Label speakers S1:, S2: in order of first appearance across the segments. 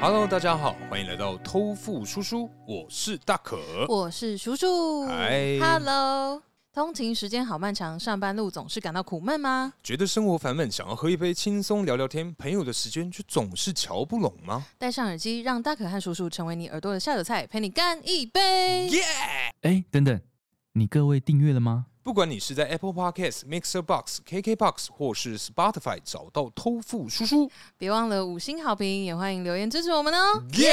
S1: Hello，大家好，欢迎来到偷富叔叔，我是大可。 哎
S2: 我是叔
S3: 嗯
S2: 叔。
S1: 嗨
S2: Hello，通勤时间好漫长，上班路总是感到苦闷吗？
S1: 觉得生活烦闷，想要喝一杯轻松聊聊天，朋友的时间却总是瞧不拢吗？
S2: 戴上耳机，让大可和叔叔成为你耳朵的下酒菜，陪你干一杯。
S1: 耶、
S4: 哎，等等，你各位订阅了吗？
S1: 不管你是在 Apple Podcast、Mixer Box、KK Box 或是 Spotify 找到偷富叔叔，
S2: 别忘了五星好评，也欢迎留言支持我们哦。
S1: 耶！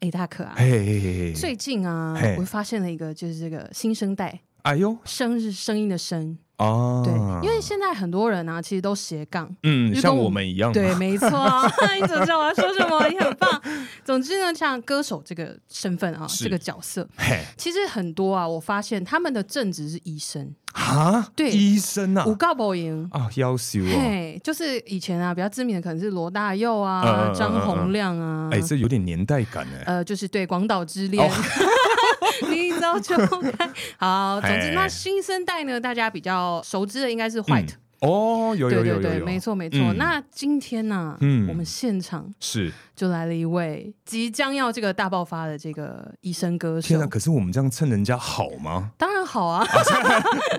S3: 哎，大可啊，
S1: 嗯嘿嘿嘿嘿，
S3: 最近啊
S1: 嘿，
S3: 我发现了一个，就是这个新生代
S1: 哎呦
S3: 声是声音的声，
S1: 啊，
S3: 对，因为现在很多人啊，其实都斜杠。
S1: 嗯，
S3: 就
S1: 像
S3: 跟
S1: 我
S3: 我
S1: 们一样嘛，
S3: 对，没错，啊 你怎么知道我要说什么？你很棒。总之呢，像歌手这个身份啊，
S1: 是
S3: 这个角色，
S1: 嘿，
S3: 其实很多啊，我发现他们的正职是医生，
S1: 哈，
S3: 对
S1: 医生啊
S3: 五，告保赢。
S1: 啊，要求啊，
S3: 嘿，就是以前啊，比较知名的可能是罗大佑
S1: 嗯嗯嗯
S3: 啊
S1: 嗯、
S3: 张洪亮啊，
S1: 哎，这哦有点年代感哎，
S3: 呃，就是对《广岛之恋》 你一早就看好。总
S1: 哎
S3: 之，那新生代呢，大家比较熟知的应该是 White，、
S1: 哦，有有
S3: 对
S1: 有
S3: 对
S1: 有
S3: 对，
S1: 有，
S3: 没错没错。
S1: 嗯
S3: 那今天呢、
S1: 嗯
S3: 我们现场
S1: 是。
S3: 就来了一位即将要这个大爆发的这个医生歌手？
S1: 天啊！。可是我们这样蹭人家好吗
S3: 当然好啊，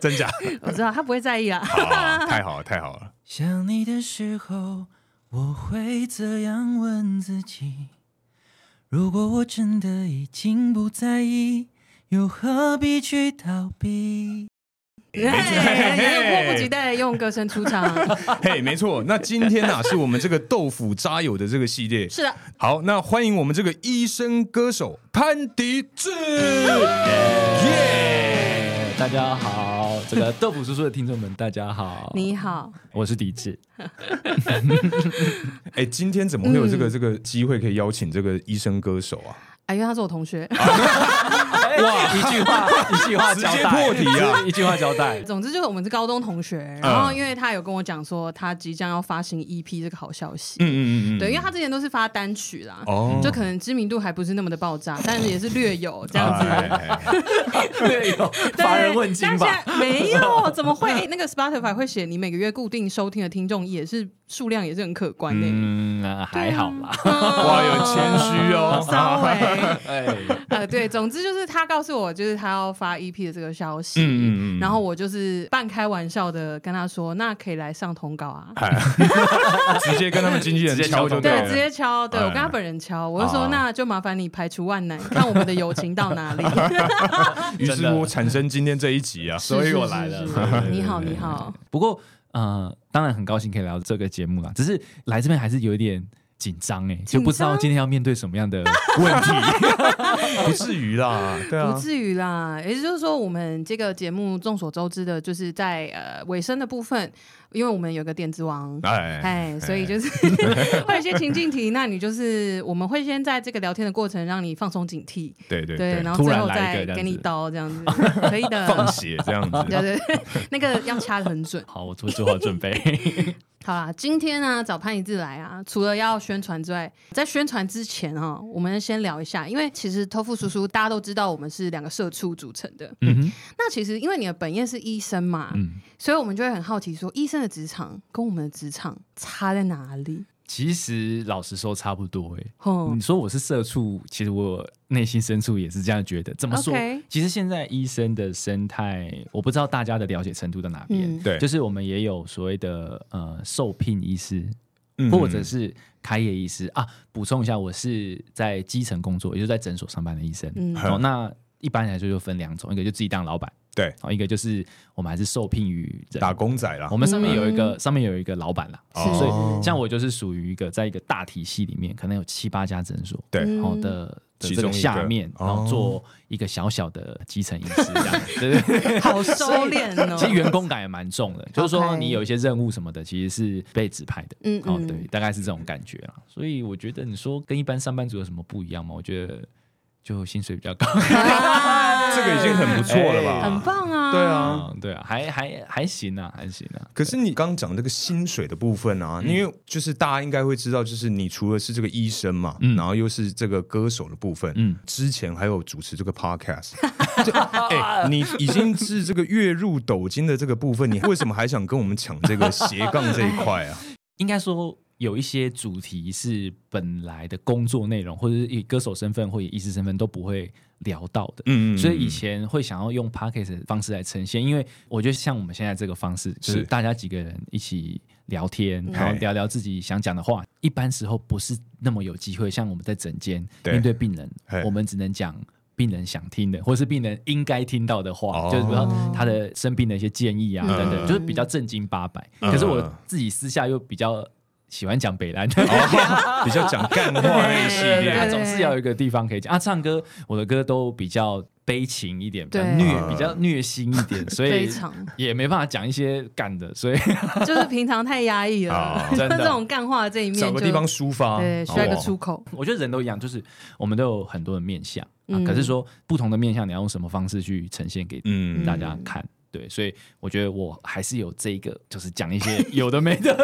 S1: 真假？
S3: 我知道他不会在意啊。
S1: 好啊太好了，太好了！
S4: 想你的时候，我会这样问自己：如果我真的已经不在意，又何必去逃避？
S3: 嘿哎也有迫不及待地用歌声出场。
S1: 嘿，没错。那今天呢、是我们这个豆腐渣友的这个系列。
S3: 是的，
S1: 好，那欢迎我们这个医生歌手潘迪志。耶、
S5: 哎大家好，这个豆腐叔叔的听众们，大 家好，
S3: 你好，
S5: 我是迪志，
S1: 哎，今天怎么会有这个、这个机会可以邀请这个医生歌手啊？
S3: 哎，因为他是我同学。
S5: 哇，一句话，一句话交
S1: 直接
S5: 代，
S1: 破题啊，
S5: 一句话交 代，
S3: 总之就是我们是高中同学，然后因为他有跟我讲说他即将要发行 EP 这个好消息，
S1: 嗯嗯嗯嗯，
S3: 对，因为他之前都是发单曲啦，
S1: 哦
S3: 就可能知名度还不是那么的爆炸，但是也是略有这样子。
S1: 哎哎哎
S5: 对，有
S3: 对
S5: 乏人问津
S3: 但
S5: 吧？
S3: 现在没有，怎么会？哎那个 Spotify 会写你每个月固定收听的听众也是数量也是很可观的、
S5: 嗯，啊还好啦，
S1: 哇，有谦虚 哦。
S3: 稍微，
S5: 哎，
S3: 呃，对，总之就是他告诉我，就是他要发 EP 的这个消息，
S1: 嗯嗯嗯
S3: 然后我就是半开玩笑的跟他说，那可以来上通告啊，
S1: 直接跟他们经纪人
S5: 直接
S1: 敲
S5: 敲
S1: 就
S5: 对
S1: 了。
S3: 对，直接敲，对
S1: 哎
S3: 我跟他本人敲，我就
S1: 啊
S3: 说那就麻烦你排除万难，看我们的友情到哪里。
S1: 于是乎产生今天这一集啊。
S5: 所以我来了
S3: 是是
S5: 对
S3: 是
S5: 对
S3: 是
S5: 对
S3: 你好，你好，
S5: 不过呃，当然很高兴可以聊这个节目啦，只是来这边还是有一点紧张哎，就不知
S3: 紧
S5: 道
S3: 张
S5: 今天要面对什么样的 问题。
S1: 不至于啦，对啊
S3: 不至于啦。也就是说，我们这个节目众所周知的，就是在呃尾声的部分，因为我们有个点子王。
S1: 哎，
S3: 哎，所以就是 会有一些情境题，那你就是我们会先在这个聊天的过程让你放松警惕，
S1: 对对
S3: 对，然后
S5: 突
S3: 最
S5: 然
S3: 后
S5: 来一
S3: 再
S5: 个这样
S3: 给你
S5: 子
S3: 刀这样 子，可以的。
S1: 放血这样子，
S3: 对对对，那个要掐的很准。
S5: 好，我做做好准 备。
S3: 好啦，今天呢、找潘一志来啊，除了要宣传之外，在宣传之前哈、我们先聊一下，因为其实偷富叔叔大家都知道，我们是两个社畜组成的。
S5: 嗯哼，
S3: 那其实因为你的本业是医生嘛，
S5: 嗯，
S3: 所以我们就会很好奇说，医生的职场跟我们的职场差在哪里？
S5: 其实老实说差不多哎。
S3: 哦
S5: 你，说我是社畜，其实我内心深处也是这样觉得。怎么说
S3: OK
S5: 其实现在医生的生态，我不知道大家的了解程度到哪边。
S3: 嗯，
S1: 对
S5: 就是我们也有所谓的呃受聘医师，
S1: 嗯
S5: 或者是开业医师啊。补充一下，我是在基层工作，也就是在诊所上班的医生。
S3: 嗯
S5: 好、那一般来说就分两种，一个就自己当老板，哦
S1: 对
S5: 好，一个就是我们还是受聘于人
S1: 打工仔啦
S5: 我，们上面有一个、上面有一个老板啦，
S3: 是
S5: 所
S1: 哦
S5: 以像我就是属于一个在一个大体系里面，可能有七八家诊所，
S1: 对
S5: 然后的的
S1: 其
S5: 这
S1: 中
S5: 个
S1: 一个
S5: 下面，然
S1: 哦
S5: 后做一个小小的基层医师这样，对对对。
S3: 好收敛哦。
S5: 其实员工感也蛮重的，就是说
S3: OK
S5: 你有一些任务什么的，其实是被指派的。
S3: 嗯
S5: 哦
S3: 嗯，
S5: 对，大概是这种感觉啦。所以我觉得你说跟一般上班族有什么不一样吗？我觉得就薪水比 较高。
S3: 啊
S1: 这个已经很不错了
S3: 很
S5: 哎
S1: 吧？
S3: 棒啊。
S1: 对啊
S5: 啊，对啊，还还还行啊，还行啊。
S1: 可是你刚讲这个薪水的部分
S5: 嗯
S1: 啊，因为就是大家应该会知道，就是你除了是这个医生嘛，
S5: 嗯
S1: 然后又是这个歌手的部分，嗯
S5: 嗯，
S1: 之前还有主持这个 podcast，就哎，你已经是这个月入斗金的这个部分，你为什么还想跟我们抢这个斜杠这一块啊？
S5: 应该说，有一些主题是本来的工作内容，或者是以歌手身份或以医师身份都不会聊到的。
S1: 嗯嗯嗯
S5: 所以以前会想要用 p o d c a s t 的方式来呈现，因为我觉得像我们现在这个方式，就是
S1: 是
S5: 大家几个人一起聊天，然后
S1: 嗨
S5: 聊聊自己想讲的话，一般时候不是那么有机会。像我们在诊间
S1: 对
S5: 面对病人
S1: 嗨，
S5: 我们只能讲。病人想听的，或是病人应该听到的话，
S1: 哦
S5: 就是比如说他的生病的一些建议啊，
S1: 嗯
S5: 等等，就是比较正经八百。
S1: 嗯
S5: 可是我自己私下又比较喜欢讲北兰，
S1: 哦比较讲干话那一系
S5: 对对
S1: 列
S5: 对，
S3: 对
S5: 总是要有一个地方可以讲啊。唱歌，我的歌都比较悲情一点，比较
S3: 对
S5: 虐，
S1: 嗯
S5: 比较虐心一点，所
S3: 非
S5: 以
S3: 常
S5: 也没办法讲一些干的，所以
S3: 就是平常太压抑了
S1: 啊，
S5: 真的
S3: 那这种干话的这一面就，
S1: 找个地方抒
S5: 啊
S1: 发，
S3: 对，需要一个
S1: 哦
S3: 出口。
S5: 我觉得人都一样，就是我们都有很多的面相啊
S3: 嗯，
S5: 可是说不同的面相，你要用什么方式去呈现给
S1: 嗯
S5: 大家看？对，所以我觉得我还是有这个，就是讲一些有的没 的，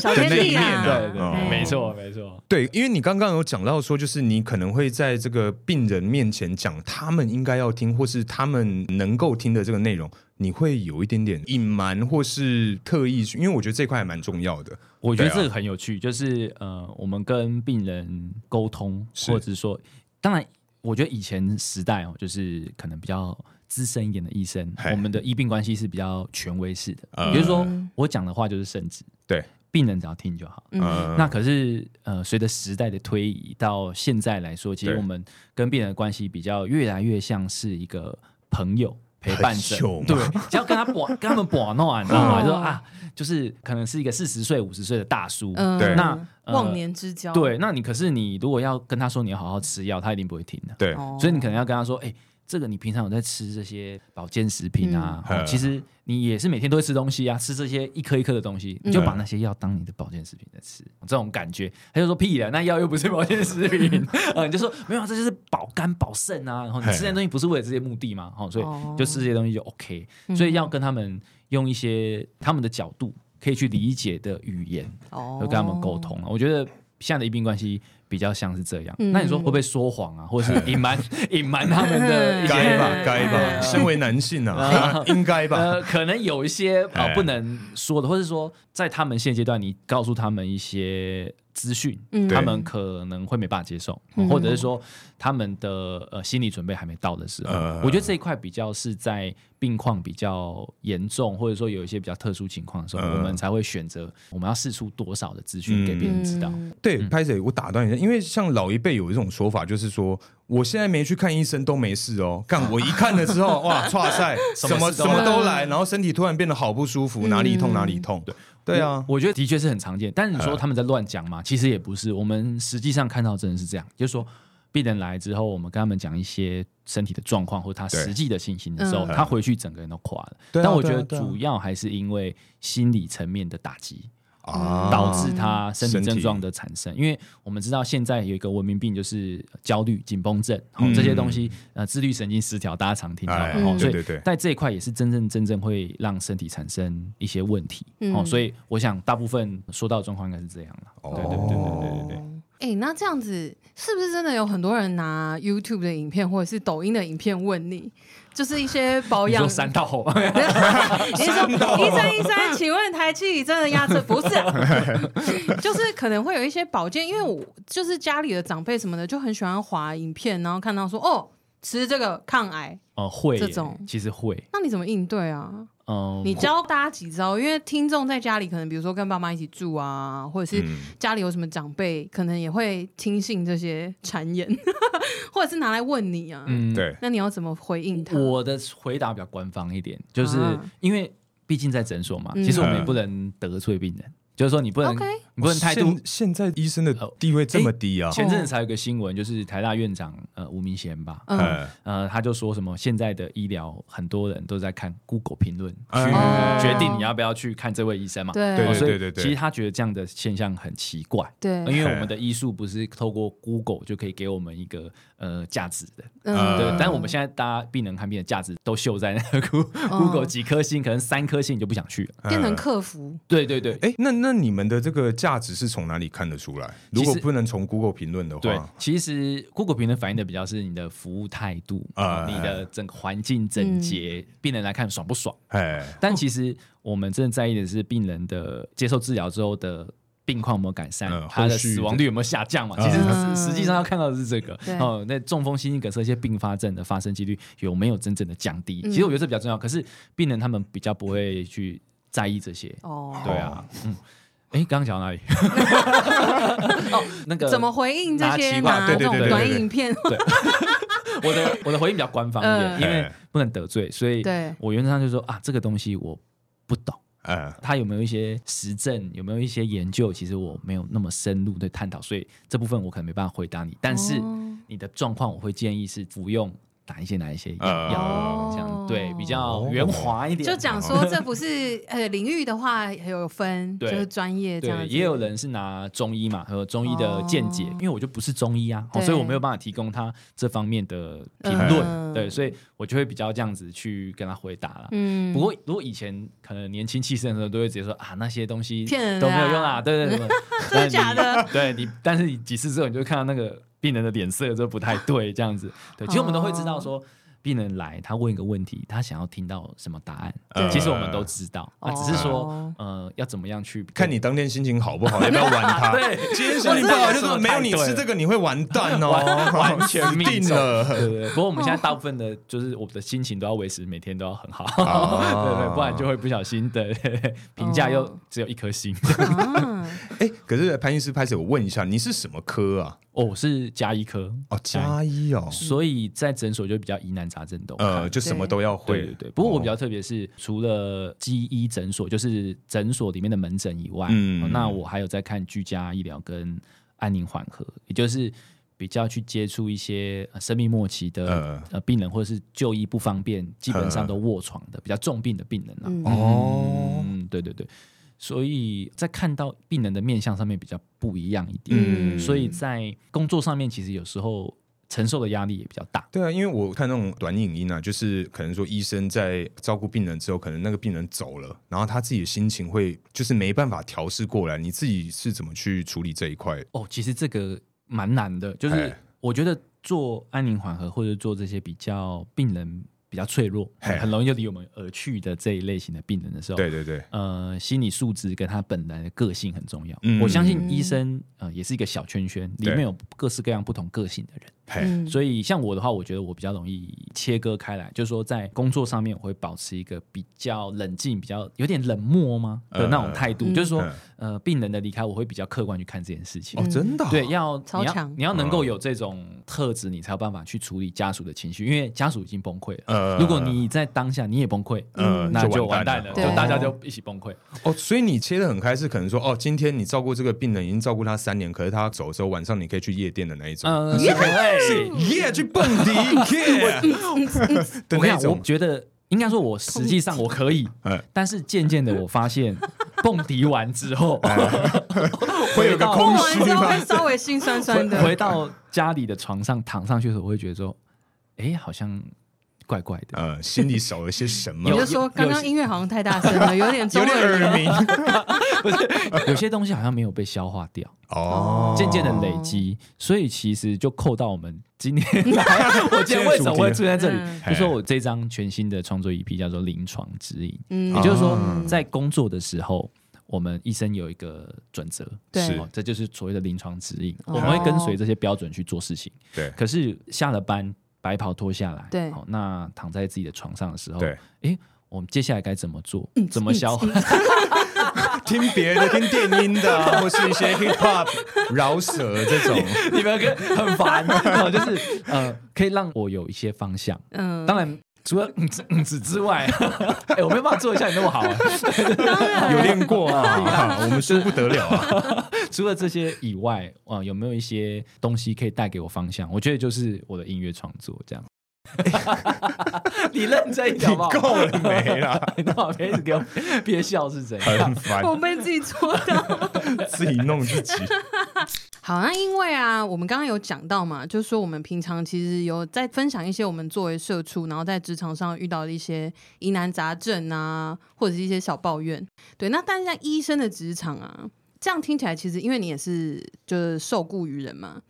S3: 小天地啊，
S5: 对对，
S1: 哦
S5: 对没错没错，
S1: 对，因为你刚刚有讲到说，就是你可能会在这个病人面前讲他们应该要听，或是他们能够听的这个内容，你会有一点点隐瞒或是特意去，因为我觉得这块还蛮重要的。
S5: 我觉得
S1: 对啊
S5: 这个很有趣，就是呃，我们跟病人沟通，
S1: 是
S5: 或者说，当然，我觉得以前时代哦，就是可能比较资深一点的医生，
S1: 嘿
S5: 我们的医病关系是比较权威式的，
S1: 呃
S5: 比如说我讲的话就是圣旨，
S1: 对，
S5: 病人只要听就好。
S1: 嗯，
S5: 那可是呃，随着时代的推移，到现在来说，其实
S1: 对
S5: 我们跟病人的关系比较越来越像是一个朋友。陪伴者
S1: 朋友，嘛
S5: 对，只要跟他 把跟他们把弄啊，你知道吗？
S3: 哦
S5: 就说啊，就是可能是一个四十岁、五十岁的大叔，
S3: 嗯，
S1: 对
S5: 那呃
S3: 忘年之交，
S5: 对，那你可是你如果要跟他说你要好好吃药，他一定不会听的、
S1: 对，
S3: 哦，
S5: 所以你可能要跟他说，哎、这个你平常有在吃这些保健食品啊、
S1: 嗯
S5: 哦其实你也是每天都会吃东西啊，吃这些一颗一颗的东西，
S3: 嗯
S5: 你就把那些药当你的保健食品在吃，这种感觉。他就说屁了，那药又不是保健 食品，呃，你就说没有、啊，这就是保肝保肾啊，然后你吃这些东西不是为了这些目的嘛，哦，所以
S3: 哦嗯
S5: 就吃这些东西就 OK，、所以要跟他们用一些他们的角度可以去理解的语言。
S3: 哦
S5: 就跟他们沟，通了。我觉得现在的医病关系比较像是这样。
S3: 嗯
S5: 那你说会不会说谎啊，或者是隐瞒隐瞒他们的一些
S1: 该 吧
S3: 哎，
S1: 该吧，身为男性啊，应该吧。
S5: 呃，可能有一些啊、
S1: 哎
S5: 不能说的，或者说在他们现阶段，你告诉他们一些资讯，
S3: 嗯
S5: 他们可能会没办法接受，
S3: 嗯
S5: 或者是说他们的呃心理准备还没到的时候，
S1: 呃
S5: 我觉得这一块比较是在病况比较严重，或者说有一些比较特殊情况的时候，
S1: 嗯
S5: 我们才会选择我们要试出多少的资讯给别人知道。
S3: 嗯
S1: 对，拍谁？我打断一下，因为像老一辈有一种说法，就是说我现在没去看医生都没事哦，干我一看了之后，哇，哇塞，
S5: 什
S1: 什
S5: 么
S1: 么
S5: 事嗯
S1: 什
S5: 都来
S1: 么都来，然后身体突然变得好不舒服，哪里痛哪里痛。对，对啊，哎
S5: 我，我觉得的确是很常见。但是你说他们在乱讲嘛，其实也不是。我们实际上看到真的是这样，就是说病人来之后，我们跟他们讲一些身体的状况或者他
S1: 对
S5: 实际的情形的时候，
S3: 嗯
S5: 他回去整个人都垮了。
S1: 对啊
S5: 但我觉
S1: 对啊
S5: 得
S1: 对啊
S5: 主要还是因为心理层面的打
S1: 啊
S5: 击。嗯导致他身体
S1: 身体
S5: 症状的产生，因为我们知道现在有一个文明病就是焦虑、紧绷症，好、
S1: 嗯
S5: 这些东西，呃，自律神经失调，大家常听到，
S1: 哎
S5: 哦
S1: 对
S5: 所
S1: 对
S5: 以
S1: 对
S5: 在这一块也是真正真正会让身体产生一些问题，
S3: 嗯
S5: 哦，所以我想大部分说到的状况应该是这样了，
S1: 哦
S5: 对对对对对对对。
S3: 哎，那这样子是不是真的有很多人拿 YouTube 的影片或者是抖音的影片问你，就是一些保
S5: 你说
S3: 哦养？
S5: 三道 猴，
S3: 你是说
S5: 啊
S3: 医生医生，请问台气里真的压制不是 啊、就是可能会有一些保健，因为我就是家里的长辈什么的就很喜欢滑影片，然后看到说哦吃这个抗癌，
S5: 呃，会耶
S3: 这种
S5: 其实会，
S3: 那你怎么应对啊？
S5: 嗯，
S3: 你教大家几招，因为听众在家里可能比如说跟爸妈一起住啊，或者
S5: 嗯
S3: 是
S1: 嗯
S3: 家里有什么长辈，可能也会听信这些谗言， 或者是拿来问你啊。
S5: 嗯，
S1: 对
S3: 那你要怎么回应他？
S5: 我的回答比较官方一点，就是
S3: 啊
S5: 因为毕竟在诊所嘛，
S3: 嗯
S5: 其实我们也不能得罪病人，就是说你不能
S3: OK
S5: 你不能态度哦
S1: 现现在医生的地位这么低啊，
S5: 前阵子才有一个新闻，就是台大院长呃吴明贤吧，
S3: 嗯，
S1: 哎
S5: 呃，他就说什么现在的医疗很多人都在看 Google 评论去
S1: 哎
S5: 决定你要不要去看这位医生嘛。
S3: 对
S5: 哦
S1: 对
S5: 所以
S1: 对对哎
S5: 其实他觉得这样的现象很奇怪。
S3: 对
S5: 因为我们的医术不是透过 Google 就可以给我们一个呃价值的，
S3: 嗯
S1: 呃
S5: 对。但我们现在大家病人看病的价值都秀在那个 Google 几颗星，可能三颗星你就不想去了。
S3: 变成客服，
S5: 对对对，
S1: 哎，那那你们的这个价值是从哪里看得出来？如果不能从 Google 评论的
S5: 对
S1: 话，，
S5: 其实 Google 评论反映的比较是你的服务态度哦
S1: 啊
S5: 你的整个环境整洁，
S3: 嗯
S5: 病人来看爽不爽。
S1: 哎，
S5: 但其实我们真的在意的是病人的接受治疗之后的病况有没有改善
S1: 嗯，
S5: 他的
S1: 后续
S5: 死亡率有没有下降嘛？
S1: 嗯
S5: 其实
S3: 嗯
S5: 实际上要看到的是这个
S3: 对
S5: 哦。那中风、心肌梗塞一些并发症的发生几率有没有真正的降低？
S3: 嗯
S5: 其实我觉得这比较重要，可是病人他们比较不会去在意这些。
S3: 哦，
S5: 对啊，嗯，哎，刚刚讲 到哪里？哦，那个
S3: 怎么回应这些
S5: 拿
S3: 拿
S1: 对
S3: 这
S5: 奇怪对
S1: 对
S3: 种
S1: 对对
S3: 短
S1: 对
S3: 影片？
S5: 我的我的回应比较官方一点，
S3: 嗯
S5: 因为不能得罪，所以
S3: 对
S5: 我原则上就说啊，这个东西我不懂，
S1: 呃，
S5: 它有没有一些实证，有没有一些研究，其实我没有那么深入的探讨，所以这部分我可能没办法回答你。但是
S3: 哦
S5: 你的状况，我会建议是服用哪一些哪一些
S1: 呃
S5: 药，这样对比较哦圆滑一点。
S3: 哦就讲说这不是呃领域的话有分，就
S5: 对
S3: 是专业这样
S5: 对，
S3: 子。
S5: 也有人是拿中医嘛和中医的见解，
S3: 哦
S5: 因为我就不是中医啊、哦
S3: 对
S5: 所以我没有办法提供他这方面的评论、
S3: 嗯
S5: 对，所以我就会比较这样子去跟他回答了。
S3: 嗯
S5: 不过，如果以前可能年轻气盛的时候，都会直接说啊，那些东西
S3: 骗人的
S5: 都
S3: 啊
S5: 没有用啊，对对对，
S3: 真的
S5: 但你
S3: 假的？
S5: 对你，但是你几次之后，你就看到那个病人的脸色就不太对，这样子。对，其实我们都会知道
S3: 哦
S5: 说，病人来他问一个问题，他想要听到什么答案，
S1: 对
S5: 其实我们都知道啊，只是说
S3: 哦
S5: 呃，要怎么样去
S1: 看你当天心情好不好，要不要玩它？
S5: 对，
S1: 今天心情不好，就说没有你
S5: 我真
S1: 吃
S5: 的
S1: 这个你会完蛋 哦，
S5: 完完全
S1: 死
S5: 命
S1: 定
S5: 中
S1: 了。
S5: 对对对，不过我们现在大部分的，就是我们的心情都要维持，每天都要很好，
S1: 哦
S5: 对对，不然就会不小心的评价又只有一颗星。
S3: 啊，
S1: 哎，可是潘医师拍摄，我问一下，你是什么科啊？
S5: 哦，我是加医科，
S1: 哦，加医哦，
S5: 所以在诊所就比较疑难杂症都有
S1: 呃，
S5: 看
S1: 就什么都要
S5: 对
S1: 会。
S5: 对对，不过我比较
S1: 哦
S5: 特别是，除了基医诊所，就是诊所里面的门诊以外，
S1: 嗯
S5: 哦那我还有在看居家医疗跟安宁缓和，也就是比较去接触一些呃生命末期的
S1: 呃
S5: 呃病人，或者是就医不方便，基本上
S1: 呃
S5: 都卧床的比较重病的病人啊。
S3: 嗯
S1: 哦，
S5: 嗯，对对对，所以在看到病人的面相上面比较不一样一点，
S1: 嗯
S5: 所以在工作上面其实有时候承受的压力也比较大。
S1: 对啊，因为我看那种短影音啊，就是可能说医生在照顾病人之后，可能那个病人走了，然后他自己的心情会就是没办法调试过来。你自己是怎么去处理这一块？
S5: 哦，其实这个蛮难的，就是
S1: 哎
S5: 我觉得做安宁缓和或者做这些比较病人比较脆弱，
S1: 嘿
S5: 很容易就离我们而去的这一类型的病人的时候，
S1: 对对对，
S5: 呃，心理素质跟他本来的个性很重要。
S1: 嗯
S5: 我相信医生呃也是一个小圈圈，里面有各式各样不同个性的人。
S1: 嘿，
S3: 嗯
S5: 所以像我的话，我觉得我比较容易切割开来，就是说在工作上面我会保持一个比较冷静、比较有点冷漠吗
S1: 呃
S5: 的那种态度，
S3: 嗯
S5: 就是说
S1: 嗯
S5: 呃病人的离开，我会比较客观去看这件事情。
S1: 哦，真的啊、
S5: 对，要
S3: 超
S5: 你要
S3: 强
S5: 你要能够有这种特质，你才有办法去处理家属的情绪，因为家属已经崩溃了。
S1: 呃
S5: 如果你在当下你也崩溃，
S1: 呃
S5: 那
S1: 就
S5: 就
S1: 完
S5: 完
S1: 蛋
S5: 蛋
S1: 了
S5: 了，
S3: 对
S5: 就大家就一起崩溃。
S1: 哦，所以你切的很开是可能说哦，今天你照顾这个病人已经照顾他三年，可是他走之后晚上你可以去夜店的那一种，
S5: 嗯，是不会。
S1: 夜、去蹦迪 yeah 的
S5: 我跟
S1: 那
S5: 你讲，我
S1: 种，
S5: 觉得应该说，我实际上我可以
S1: 嗯，
S5: 但是渐渐的我发现，蹦迪完之 后
S1: 哎会有个
S3: 播
S1: 空
S3: 完
S1: 虚
S3: 之后
S1: 吗
S3: 会？稍微心酸酸
S5: 回回
S3: 的，
S5: 到家里的床上躺上去的时候，我会觉得说，哎，好像怪怪的。
S1: 呃，心里少了些什么
S3: 你？
S5: 有
S3: 就说
S5: 有
S3: 刚刚音乐好像太大声 了，有点中
S1: 有点
S3: 耳
S1: 耳
S3: 鸣。
S1: 鸣
S5: 不是，有些东西好像没有被消化掉，
S1: 哦，
S5: 渐渐的累积，所以其实就扣到我们今天来，我今天为什么会住在这里
S3: 嗯？
S1: 哎
S5: 就说我这张全新的创作 EP 叫做《临床指引》，
S3: 嗯
S5: 也就是说
S1: 嗯，
S5: 在工作的时候，我们医生有一个准则，
S3: 对
S1: 是
S5: 哦这就是所谓的临床指引，
S3: 哦
S5: 我们会跟随这些标准去做事情。
S1: 对
S5: 可是下了班，白袍脱下来，
S3: 对
S5: 好，那躺在自己的床上的时候，
S1: 对，
S5: 诶，我们接下来该怎么做？
S3: 嗯
S5: 怎么消化？
S1: 听别的，听电音的、 啊，或是一些 hip hop 饶舌这种，
S5: 你们跟很烦，哦就是呃，可以让我有一些方向。
S3: 嗯，
S5: 当然，除了嗯子嗯子之外， 哎、我没办法做一下你那么好、啊。
S1: 有练过啊，我们输不得了啊。
S5: 除了这些以外，啊、有没有一些东西可以带给我方向？我觉得就是我的音乐创作 这样。你认真一 点好不好？
S1: 你够了没啦？
S5: 你干嘛别一直给我憋笑是怎样？
S1: 很 烦，
S3: 我被自己戳到。
S1: 自己弄自己。
S3: 好，那因为啊，我们刚刚有讲到嘛，就是说我们平常其实有在分享一些我们作为社畜，然后在职场上遇到的一些疑难杂症啊，或者是一些小抱怨。对，那但是在医生的职场啊，这样听起来其实因为你也是就是受雇于人嘛，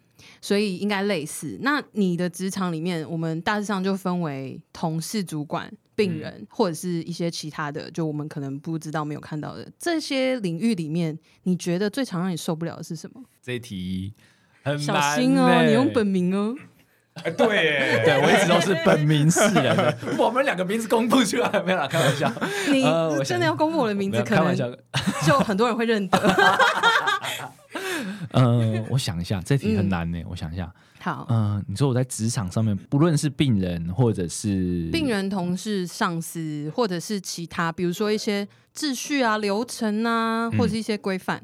S3: 所以应该类似。那你的职场里面，我们大致上就分为同事、主管、病人，或者是一些其他的，就我们可能不知道、没有看到的这些领域里面，你觉得最常让你受不了的是什么？
S5: 这一题很
S3: 小
S5: 难
S3: 心哦，
S5: 呢
S3: 你用本名哦。
S1: 哎对耶，
S5: 对我一直都是本名是人的， 我们两个名字公布出来没有啦，开玩笑，
S3: 你
S5: 呃我
S3: 真
S5: 想
S3: 的要公布我的 名
S5: 没
S3: 字，
S5: 有
S3: 可
S5: 开
S3: 能
S5: 玩笑。
S3: 就很多人会认 得。
S5: 嗯，我想一下，这题
S3: 嗯
S5: 很难呢，我想一下。
S3: 好，
S5: 嗯，你说我在职场上面，不论是病人或者是
S3: 病，人、同事、上司，或者是其他，比如说一些秩序啊、流程啊，
S5: 嗯
S3: 或者是一些规范。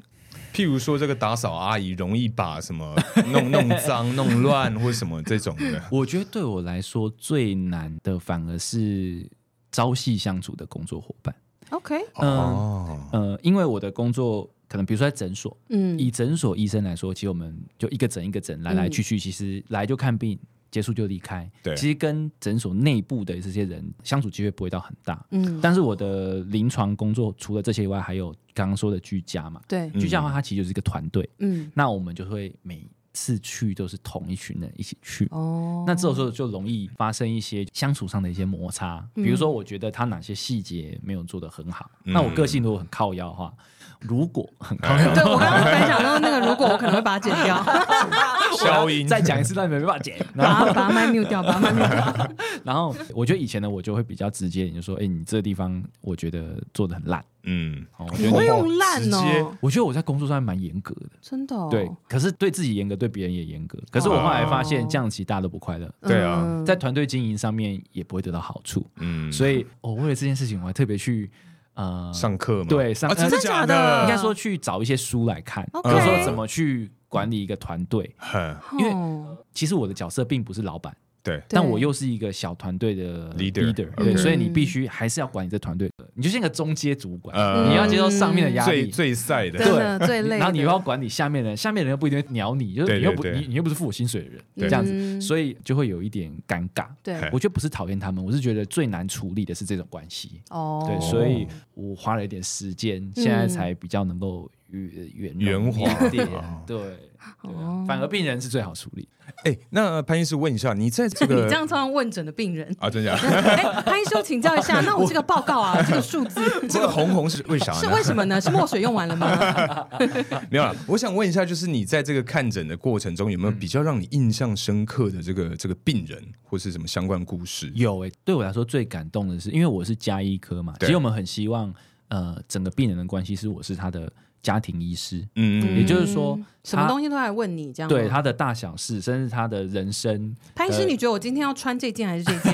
S1: 譬如说这个打扫阿姨容易把什么 弄弄 脏、弄乱或什么这种的，
S5: 我觉得对我来说最难的反而是朝夕相处的工作伙伴。
S3: OK，
S5: 嗯
S1: 哦，
S5: 呃，因为我的工作可能比如说在诊所，
S3: 嗯
S5: 以诊所医生来说，其实我们就一个诊一个诊来来去去，其实来就看病，结束就离开。
S1: 嗯对
S5: 其实跟诊所内部的这些人相处机会不会到很大。
S3: 嗯，
S5: 但是我的临床工作除了这些以外，还有刚刚说的居家嘛，
S3: 对，
S1: 嗯
S5: 居家的话，它其实就是一个团队，
S3: 嗯，
S5: 那我们就会每次去都是同一群人一起去。
S3: 哦，
S5: 那这种时候就容易发生一些相处上的一些摩擦，比如说我觉得他哪些细节没有做得很好，
S1: 嗯
S5: 那我个性如果很靠腰的话，如果很靠腰，
S3: 对我刚 刚本想到那个，如果我可能会把它剪掉，
S1: 消音
S5: 再讲一次，让你们没办法剪。然后，
S3: 把它把它麦 mute 掉，把 它麦 mute 掉。
S5: 然后我觉得以前的我就会比较直接，你就说，哎、你这个地方我觉得做的很烂。
S1: 嗯，
S5: 哦，我觉
S3: 你
S5: 得
S3: 会
S5: 你，
S3: 用烂
S1: 直接
S3: 哦，
S5: 我觉得我在工作上面蛮严格的，
S3: 真的哦。
S5: 对。可是对自己严格，对别人也严格。可是我后来发现，这样其实大家都不快乐，
S1: 对啊，
S3: 嗯
S5: 在团队经营上面也不会得到好处。
S1: 嗯，
S5: 所
S1: 以
S5: 以，我、为了这件事情，我还特别去呃，
S1: 上课嘛，
S5: 对上
S1: 啊，真的
S5: 呃
S1: 假
S3: 的
S5: 应该说去找一些书来看，比
S3: 嗯 OK
S5: 如说怎么去管理一个团队。
S1: 哼
S5: 因为
S3: 为
S5: 其实我的角色并不是老板。
S1: 对，
S5: 但我又是一个小团队的
S1: Leader，
S5: 对，
S1: OK
S3: 嗯
S5: 所以你必须还是要管你这团队，你就像一个中阶主管，
S1: 呃
S5: 你要接受上面的压
S1: 最
S5: 力。
S1: 最晒的，
S3: 真的最累的，
S5: 然后你又要管理下面的人，下面的人又不一定会鸟你，就是
S1: 对
S5: 你又不
S1: 对对
S5: 你你又不是付我薪水的人，
S1: 对
S5: 这样
S3: 嗯
S5: 子，所以就会有一点尴尬。
S3: 对
S5: 我觉得不是讨厌他们，我是觉得最难处理的是这种关系。
S3: 哦，
S5: 对，所以我花了一点时间，现在才比较能够圆
S1: 圆滑
S5: 一点
S1: 哦。
S5: 对，对啊反而病人是最好处理。
S1: 哎，那潘医师问一下，你在这
S3: 你
S1: 个
S3: 这样常常问诊的病人。
S1: 啊，真的假 的？
S3: 哎，潘医生，请教一下，那我这个报告啊，这个数 字
S1: 这个红红是为啥呢？
S3: 是为什么呢？是墨水用完了
S1: 嗯
S3: 吗？
S1: 没有啦，我想问一下，就是你在这个看诊的过程中，有没有比较让你印象深刻的这个这个病人或是什么相关故事？
S5: 有诶、对我来说最感动的是，因为我是加医科嘛，
S1: 对
S5: 其实我们很希望呃整个病人的关系是我是他的家庭医师，
S1: 嗯，
S5: 也就是说
S3: 嗯
S5: 他
S3: 什么东西都来问你这样吗。
S5: 对他呃的大小事，甚至他的 人生，
S3: 潘医师，你觉得我今天要穿这件还 是这 件？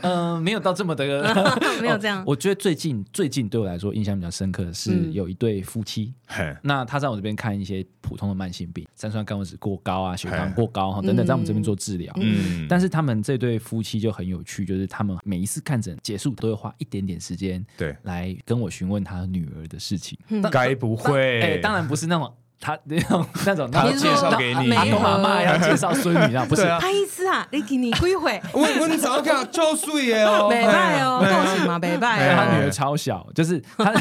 S5: 呃，没有到这么的。
S3: 没有
S1: 哦
S3: 这样。
S5: 我觉得最近最近对我来说印象比较深刻的是
S3: 嗯
S5: 有一对夫妻，
S1: 嘿，
S5: 那他在我这边看一些普通的慢性病，三酸甘油酯过高啊，血
S1: 哎
S5: 糖过高啊等等，在我们这边做治疗。
S1: 嗯，
S5: 但
S1: 是
S5: 是他们这对夫妻就很有趣，就是他们每一次看诊结束都会花一点点时间
S1: 对，
S5: 来跟我询问他女儿的事情。
S3: 嗯
S1: 该不会？
S5: 哎，当然不是那种他那种那种
S1: 他
S5: 那
S1: 要
S5: 种
S3: 你
S1: 介
S3: 是说
S1: 绍给你，
S5: 阿
S3: 没有
S5: 公阿妈要介绍孙女那种不是
S1: 对。啊
S3: 潘医师啊，你给你归回，
S1: 我我早看照睡的 哦，
S3: 北拜哦，够行吗？北拜
S5: 他
S3: 哦。
S5: 女儿超小，就是 他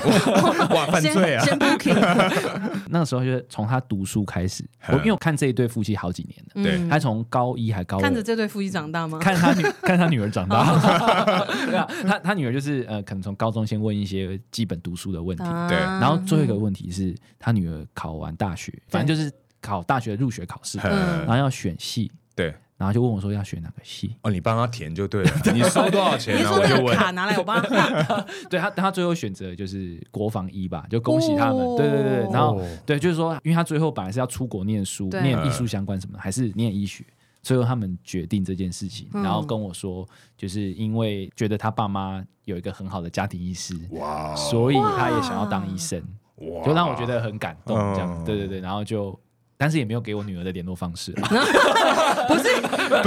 S1: 哇，犯
S3: 先
S1: 罪啊！
S3: 哎先 booking，
S5: 那个时候就是从他读书开始。我
S1: 嗯
S5: 因为我看这一对夫妻好几年了，
S1: 对，
S5: 他从高一还高二
S3: 嗯看着这对夫妻长大 吗？
S5: 看他女看他女儿长大，对 啊，他他女儿就是呃，可能从高中先问一些基本读书的问题，
S3: 啊
S1: 对
S5: 然后最后一个问题是他女儿考完大学，反正就是考大学入学考试，
S1: 嘿
S5: 然
S3: 嗯
S5: 后要选系，
S1: 对，
S5: 然后就问我说要选哪个系，
S1: 哦，你帮他填就 对了，你收多少钱
S3: 你是
S1: 啊？
S3: 说
S1: 我
S3: 那
S1: 就
S3: 个
S1: 问，
S3: 卡拿来，我帮他画。
S5: 对他他最后选择就是国防医吧，就恭喜他们，
S3: 哦
S5: 对对对，然后
S1: 哦
S5: 对就是说，因为他最后本来是要出国念书，
S3: 对
S5: 念艺术相关什么的，还是念医学。最后他们决定这件事情，
S3: 嗯
S5: 然后跟我说，就是因为觉得他爸妈有一个很好的家庭医师，
S1: 哇
S5: 所以他也想要当医生，
S1: 哇
S5: 就让我觉得很感动，这样、
S1: 嗯
S5: 对对对，然后就。但是也没有给我女儿的联络方式啊，
S1: 不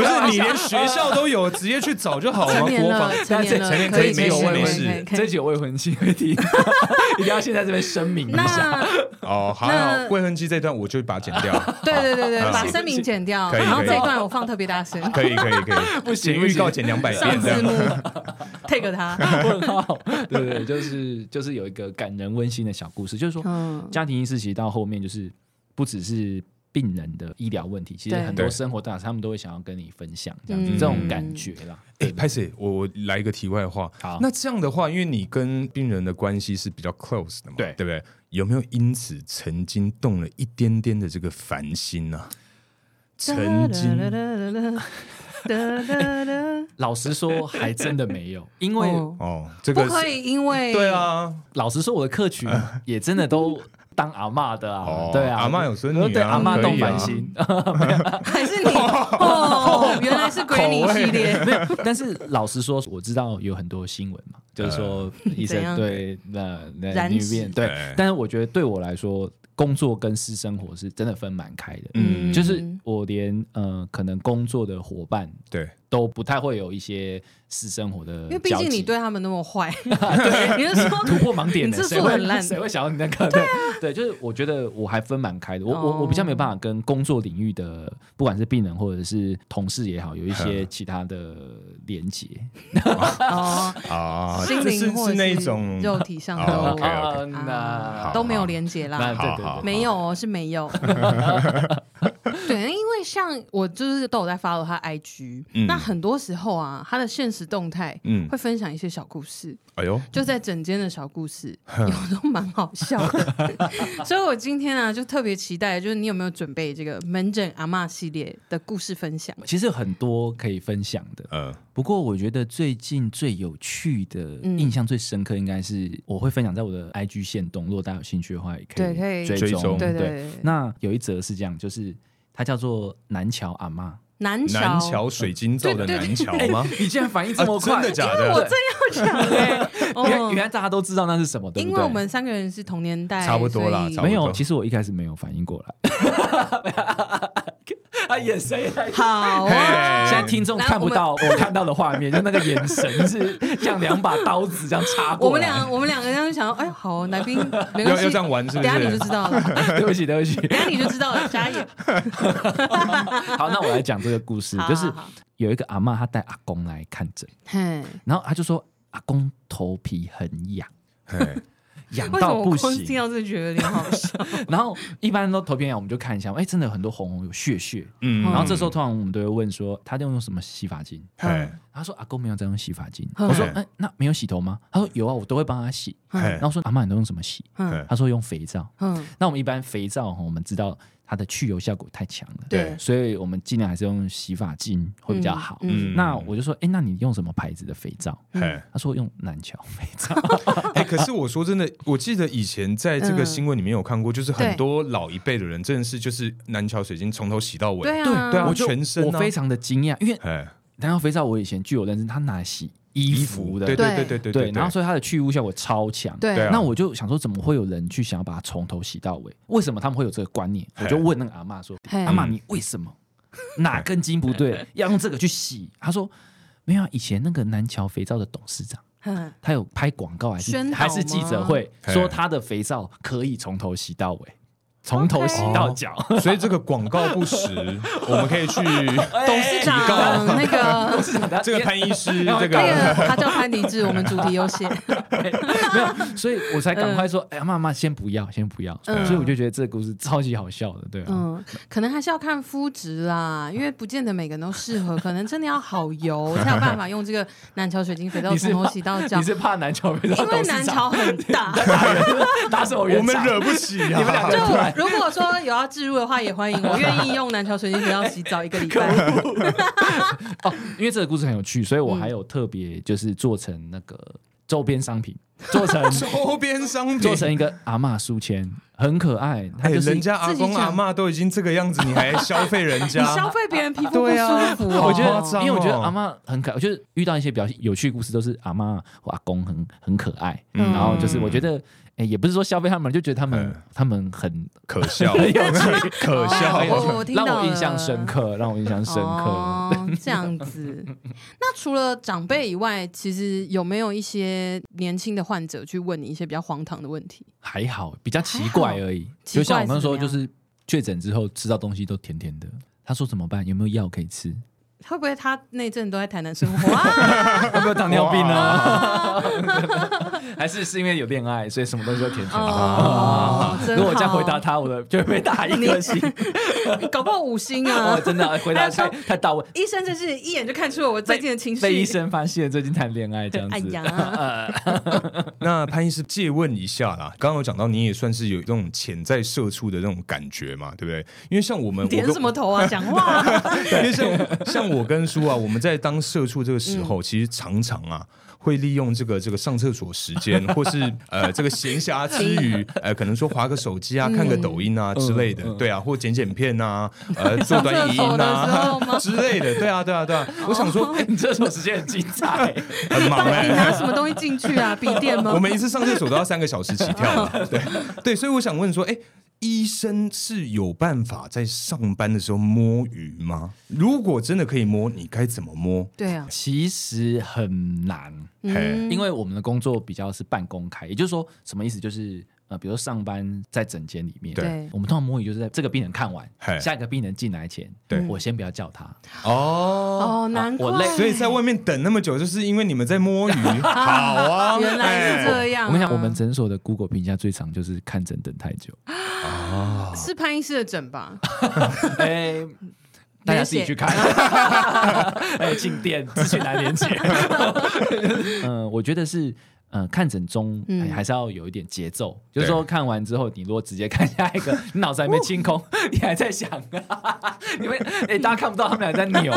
S1: 是你连学校都有，直接去找就好了
S3: 成
S1: 吗？
S3: 年
S1: 国防
S3: 了，成年
S1: 成
S3: 了，
S1: 年
S3: 可
S1: 可以
S3: 以可以
S5: 没有
S3: 可以
S5: 未
S1: 没
S5: 婚
S1: 事
S3: 可以
S5: 妻，
S3: 可以
S5: 这一集有未婚妻会听，一定要先在这边声明一下。
S3: 那
S1: 哦，还好
S3: 那
S1: 未婚妻这段我就把它剪掉，
S3: 对对对对，
S1: 好
S3: 把声明剪掉，
S1: 可以
S3: 然后
S1: 可以
S3: 这一段我放特别大 声，
S1: 可以可以可 以，
S5: 不行
S1: 剪
S5: 不
S1: 预
S5: 行
S1: 告剪两百
S3: 上
S1: 遍这
S3: 字
S1: 样
S3: 幕。take 他。
S5: 问号，对对，对就是就是有一个感人温馨的小故事，就是说
S3: 嗯
S5: 家庭医师其实到后面就是不只是病人的医疗问题，其实
S3: 对
S5: 很多
S1: 对
S5: 生活大事他们都会想要跟你分享，这样子、
S3: 嗯
S5: 这种感觉啦。
S1: 哎，拍谁？我我来一个题外话。
S5: 好
S1: 那这样的话，因为你跟病人的关系是比较 close 的嘛，
S5: 对
S1: 对不对？有没有因此曾经动了一点点的这个烦心呢、啊？曾经，
S5: 老实说，还真的没 有，因为
S3: 哦
S1: 哦，这
S3: 不
S1: 个
S3: 可
S1: 是
S3: 以，因为
S1: 对，啊，
S5: 老实说，我的客群也真的都当阿嬷的啊，
S1: 哦
S5: 对啊，
S1: 阿嬷有孙女啊
S5: 对阿嬷
S1: 可以
S5: 动
S1: 啊
S5: 凡心，
S3: 还是你哦，原来是 Granny 系列，
S5: 没有，但是老实说，我知道有很多新闻嘛，就是说医
S3: 怎
S5: 生
S3: 样
S5: 对那那
S3: 染
S5: 女
S3: 指
S5: 变对
S1: 对，
S5: 但是我觉得对我来说，工作跟私生活是真的分蛮开的，
S1: 嗯
S5: 就是我连呃可能工作的伙伴
S1: 对，
S5: 都不太会有一些私生活的交集，
S3: 因为毕竟你对他们那么坏， 你是 说
S5: 突破盲点
S3: 你
S5: 的，
S3: 这
S5: 谁
S3: 做
S5: 会
S3: 很烂啊
S5: 谁会想要你那个？对对，就是我觉得我还分蛮开的，我
S3: 哦
S5: 我我比较没有办法跟工作领域的，不管是病人或者是同事也好，有一些其他的连接。
S3: 哦，
S1: 啊，
S3: 心
S1: 这是
S3: 灵或者
S1: 是那一种
S3: 肉体上
S1: 哦
S3: 的
S1: OK，OK
S5: 那
S1: 好
S3: 都没有连接
S5: 那
S3: 啦，
S5: 对
S1: 好
S5: 对
S1: 好
S5: 对，
S3: 没有哦，是没 有。 对，因为像我就是都有在 follow 他 IG，、
S1: 嗯
S3: 那很多时候啊，他的现实动态
S1: 嗯
S3: 会分享一些小故事，
S1: 哎呦，
S3: 就在整间的小故 事，有都蛮好笑的。 所以我今天啊，就特别期待，就是你有没有准备这个门诊阿嬷系列的故事分享？
S5: 其实有很多可以分享的，
S1: 呃，
S5: 不过我觉得最近最有趣的、
S3: 嗯
S5: 印象最深刻，应该是我会分享在我的 IG 线动，如果大家有兴趣的话，也
S3: 对可以
S5: 追
S1: 追
S5: 踪。
S1: 踪
S3: 对对对
S5: 那有一则是这样，就是它叫做南桥阿嬷。
S3: 南桥，
S1: 南桥水晶罩的南桥吗？
S5: 你竟然反应
S1: 哎啊，真的假的？
S3: 真哦 要讲哎、
S5: 原
S3: 哦
S5: 原来大家都知道那是什么，对不
S3: 因
S5: 对？
S3: 为我们三个人是同年代，
S1: 差不多啦
S3: 所以
S1: 差不
S5: 没
S1: 多
S5: 有，其实我一开始没有反应 过来。 他眼神，
S3: 好啊。
S5: 现
S1: 嘿
S5: 在听众看不到我看到的画面，就那个眼神是像两把刀子这样插
S3: 我
S5: 过
S3: 们
S5: 来。
S3: 俩，我们两个这样就想，哎，好，来宾没
S1: 要
S3: 关
S1: 要
S3: 系
S1: 这，样玩是
S3: 等
S1: 不？
S3: 下你就是知道 了，
S5: 对不起，对不 起。
S3: 等下你就知道了，加演。
S5: 好，那我来讲这个故事，
S3: 好
S5: 嗯就是嗯
S3: 好好
S5: 有一个阿嬷，她带阿公来看诊，
S3: 嘿，
S5: 然后她就说阿公头皮很痒，
S1: 嘿
S5: 痒
S3: 为什么
S5: 到
S3: 我
S5: 不
S3: 光听
S5: 行。
S3: 到这就觉得有点好 笑？
S5: 然后一般都头皮很痒，我们就看一下，哎，真的有很多红红有血血。
S1: 嗯
S5: 然后这时候通常我们都会问说，他用什么洗发精？
S1: 嘿
S5: 他说阿公没有在用洗发精，
S3: 嗯
S5: 我说哎、那没有洗头吗？他说有啊，我都会帮他洗。
S1: 嘿
S3: 哎
S5: 然后我说阿妈你都用什么洗？
S3: 嗯
S5: 他说用肥皂。
S3: 嗯，
S5: 那我们一般肥皂哈，我们知道它的去油效果太强了，
S3: 对
S5: 所以我们尽量还是用洗发精会比较好。
S1: 嗯
S5: 那我就说，哎、那你用什么牌子的肥皂？
S3: 嗯
S1: 嘿。
S5: 他说用南桥肥皂。
S1: 哎、可是我说真的，我记得以前在这个
S3: 嗯
S1: 新闻里面有看过，就是
S3: 对
S1: 很多老一辈的人真的是就是南桥水晶从头洗到尾，
S3: 对 啊，
S1: 对啊
S5: 我就
S1: 全身啊
S5: 我非常的惊讶，因为
S1: 哎，
S5: 南桥肥皂我以前据我认识，它拿来洗衣服的，
S1: 对
S3: 对
S1: 对对对对
S5: 对然后所以它的去污效果超强，
S3: 对
S1: 对啊
S5: 那我就想说，怎么会有人去想要把它从头洗到尾？为什么他们会有这个观念？我
S1: 嘿
S5: 就问那个阿嬷说：“
S3: 嘿
S5: 阿嬷，你为什么哪根筋不对，要用这个去洗？”她说：“没有啊，以前那个南桥肥皂的董事长，
S3: 嗯
S5: 他有拍广告还
S3: 宣
S5: 是
S3: 导吗
S5: 还是记者会，
S1: 嘿
S5: 说他的肥皂可以从头洗到尾，从头洗到脚。
S1: 所以这个广告不实，我们可以去
S3: 董事
S5: 啊
S3: 长
S1: 哎告
S3: 那 个
S1: 这个潘医师
S5: 要
S1: 这
S3: 那
S1: 个。
S3: 个他叫潘迪志，我们主题有 写，
S5: 没有，所以我才赶快说：“哎呀，妈妈，先不要，先不要。”
S3: 嗯
S5: 所以我就觉得这个故事超级好笑的，对啊。
S3: 嗯，可能还是要看肤质啦，因为不见得每个人都适合，可能真的要好油才有办法用这个南桥水晶肥皂
S5: 你是
S3: 从头洗到脚
S5: 你，是怕南桥肥皂
S3: 因为
S5: 董事
S3: 南
S5: 长
S3: 桥很大。
S5: 打手
S1: 我们惹不起啊！
S5: 你们两 个
S3: 就
S5: 人突然
S3: 如果说有要置入的话，也欢迎，我愿意用南桥水晶肥皂洗澡一个礼拜。
S5: 哦，因为这个故事很有趣，所以我还有特别就是做成那个周边商品，做成
S1: 周边商品
S5: 做成一个阿嬷书签，很可爱。它
S1: 哎，
S5: 就是
S1: 人家阿
S3: 自己
S1: 公
S3: 讲
S1: 阿嬷都已经这个样子，你还消费人
S3: 你消
S1: 家？
S3: 费别人皮肤不
S1: 对啊
S3: 舒服哦，
S5: 我觉
S1: 好夸
S5: 得，
S1: 张哦
S5: 因为我觉得阿嬷很可爱，就是遇到一些比较有趣的故事，都是阿嬷或阿公很很可爱。
S1: 嗯
S5: 然后就是我觉得，哎，也不是说消费他们，就觉得他们
S1: 嗯
S5: 他们很
S1: 可笑，
S5: 很 有趣，
S1: 可笑
S3: 哦。我我听到
S5: 让我印象
S3: 了
S5: 深刻，让我印象深刻。
S3: 哦，这样子。那除了长辈以外，其实有没有一些年轻的患者去问你一些比较荒唐的问题？
S5: 还好，比较奇怪而已。
S3: 奇怪
S5: 就像我刚说，
S3: 是怎
S5: 就
S3: 样
S5: 是确诊之后吃到东西都甜甜的。他说怎么办？有没有药可以吃？
S3: 会不会他那阵都在台南生活 啊？
S5: 会不会糖尿病啊呢？ 还是是因为有恋爱，所以什么东西都甜甜？
S3: 哦，真
S5: 啊如果我这样
S3: 好
S5: 回答，他，我的就会被打一颗星。
S3: 搞不好 五星啊
S5: 哦，！真的回答太太到位。
S3: 医生真是一眼就看出了我最近的情绪。
S5: 被医生发现最近谈恋爱这样
S3: 哎
S5: 子，
S3: 呀，
S1: 那潘医师借问一下啦，刚刚有讲到你也算是有这种潜在社畜的那种感觉嘛，对不对？因为像我们，我
S3: 点
S1: 跟
S3: 什么头啊？讲话 啊，
S1: 因为像像我跟叔啊，我们在当社畜这个时
S3: 嗯
S1: 候，其实常常啊。会利用这个这个上厕所时间，或是呃这个闲暇之余，呃可能说划个手机啊、看个
S3: 嗯
S1: 抖音啊之类的，对啊，或剪剪片 啊，呃做短影音
S3: 上厕所的时候
S1: 啊
S3: 吗
S1: 之类的，对啊对啊对啊。我想 说
S5: 你 这种时间很精彩，
S1: 很忙
S3: 到底
S1: 哎，
S3: 拿什么东西进去啊？笔电 吗
S1: 我？们一次上厕所都要三个小时起跳 嘛，对对，所以我想问说，哎、医生是有办法在上班的时候摸鱼吗？如果真的可以摸，你该怎么摸？
S3: 对啊，
S5: 其实很难。
S1: 嘿
S3: 嗯，
S5: 因为我们的工作比较是半公开，也就是说什么意思？就是呃，比如说上班在诊间里面，
S1: 对
S5: 我们通常摸鱼就是在这个病人看完
S1: 嘿，
S5: 下一个病人进来前，
S1: 对
S5: 我先不要叫他，
S3: 嗯
S1: 哦，
S3: 哦，难怪
S5: 我累
S1: 所以在外面等那么久，就是因为你们在摸鱼。 好啊，
S3: 原来是这样啊。
S5: 我跟你讲，我们诊所的 Google 评价最长就是看诊等太久，
S3: 是潘医师的诊吧？
S5: 哎、大家自己去 看，哎，进店资讯栏 连接。嗯，我觉得是。嗯，看诊中、
S3: 嗯
S5: 哎还是要有一点节奏，
S1: 对
S5: 就是说看完之后，你如果直接看下一个，你脑子还没清空，你还在想，你们哎、大家看不到他们俩在扭，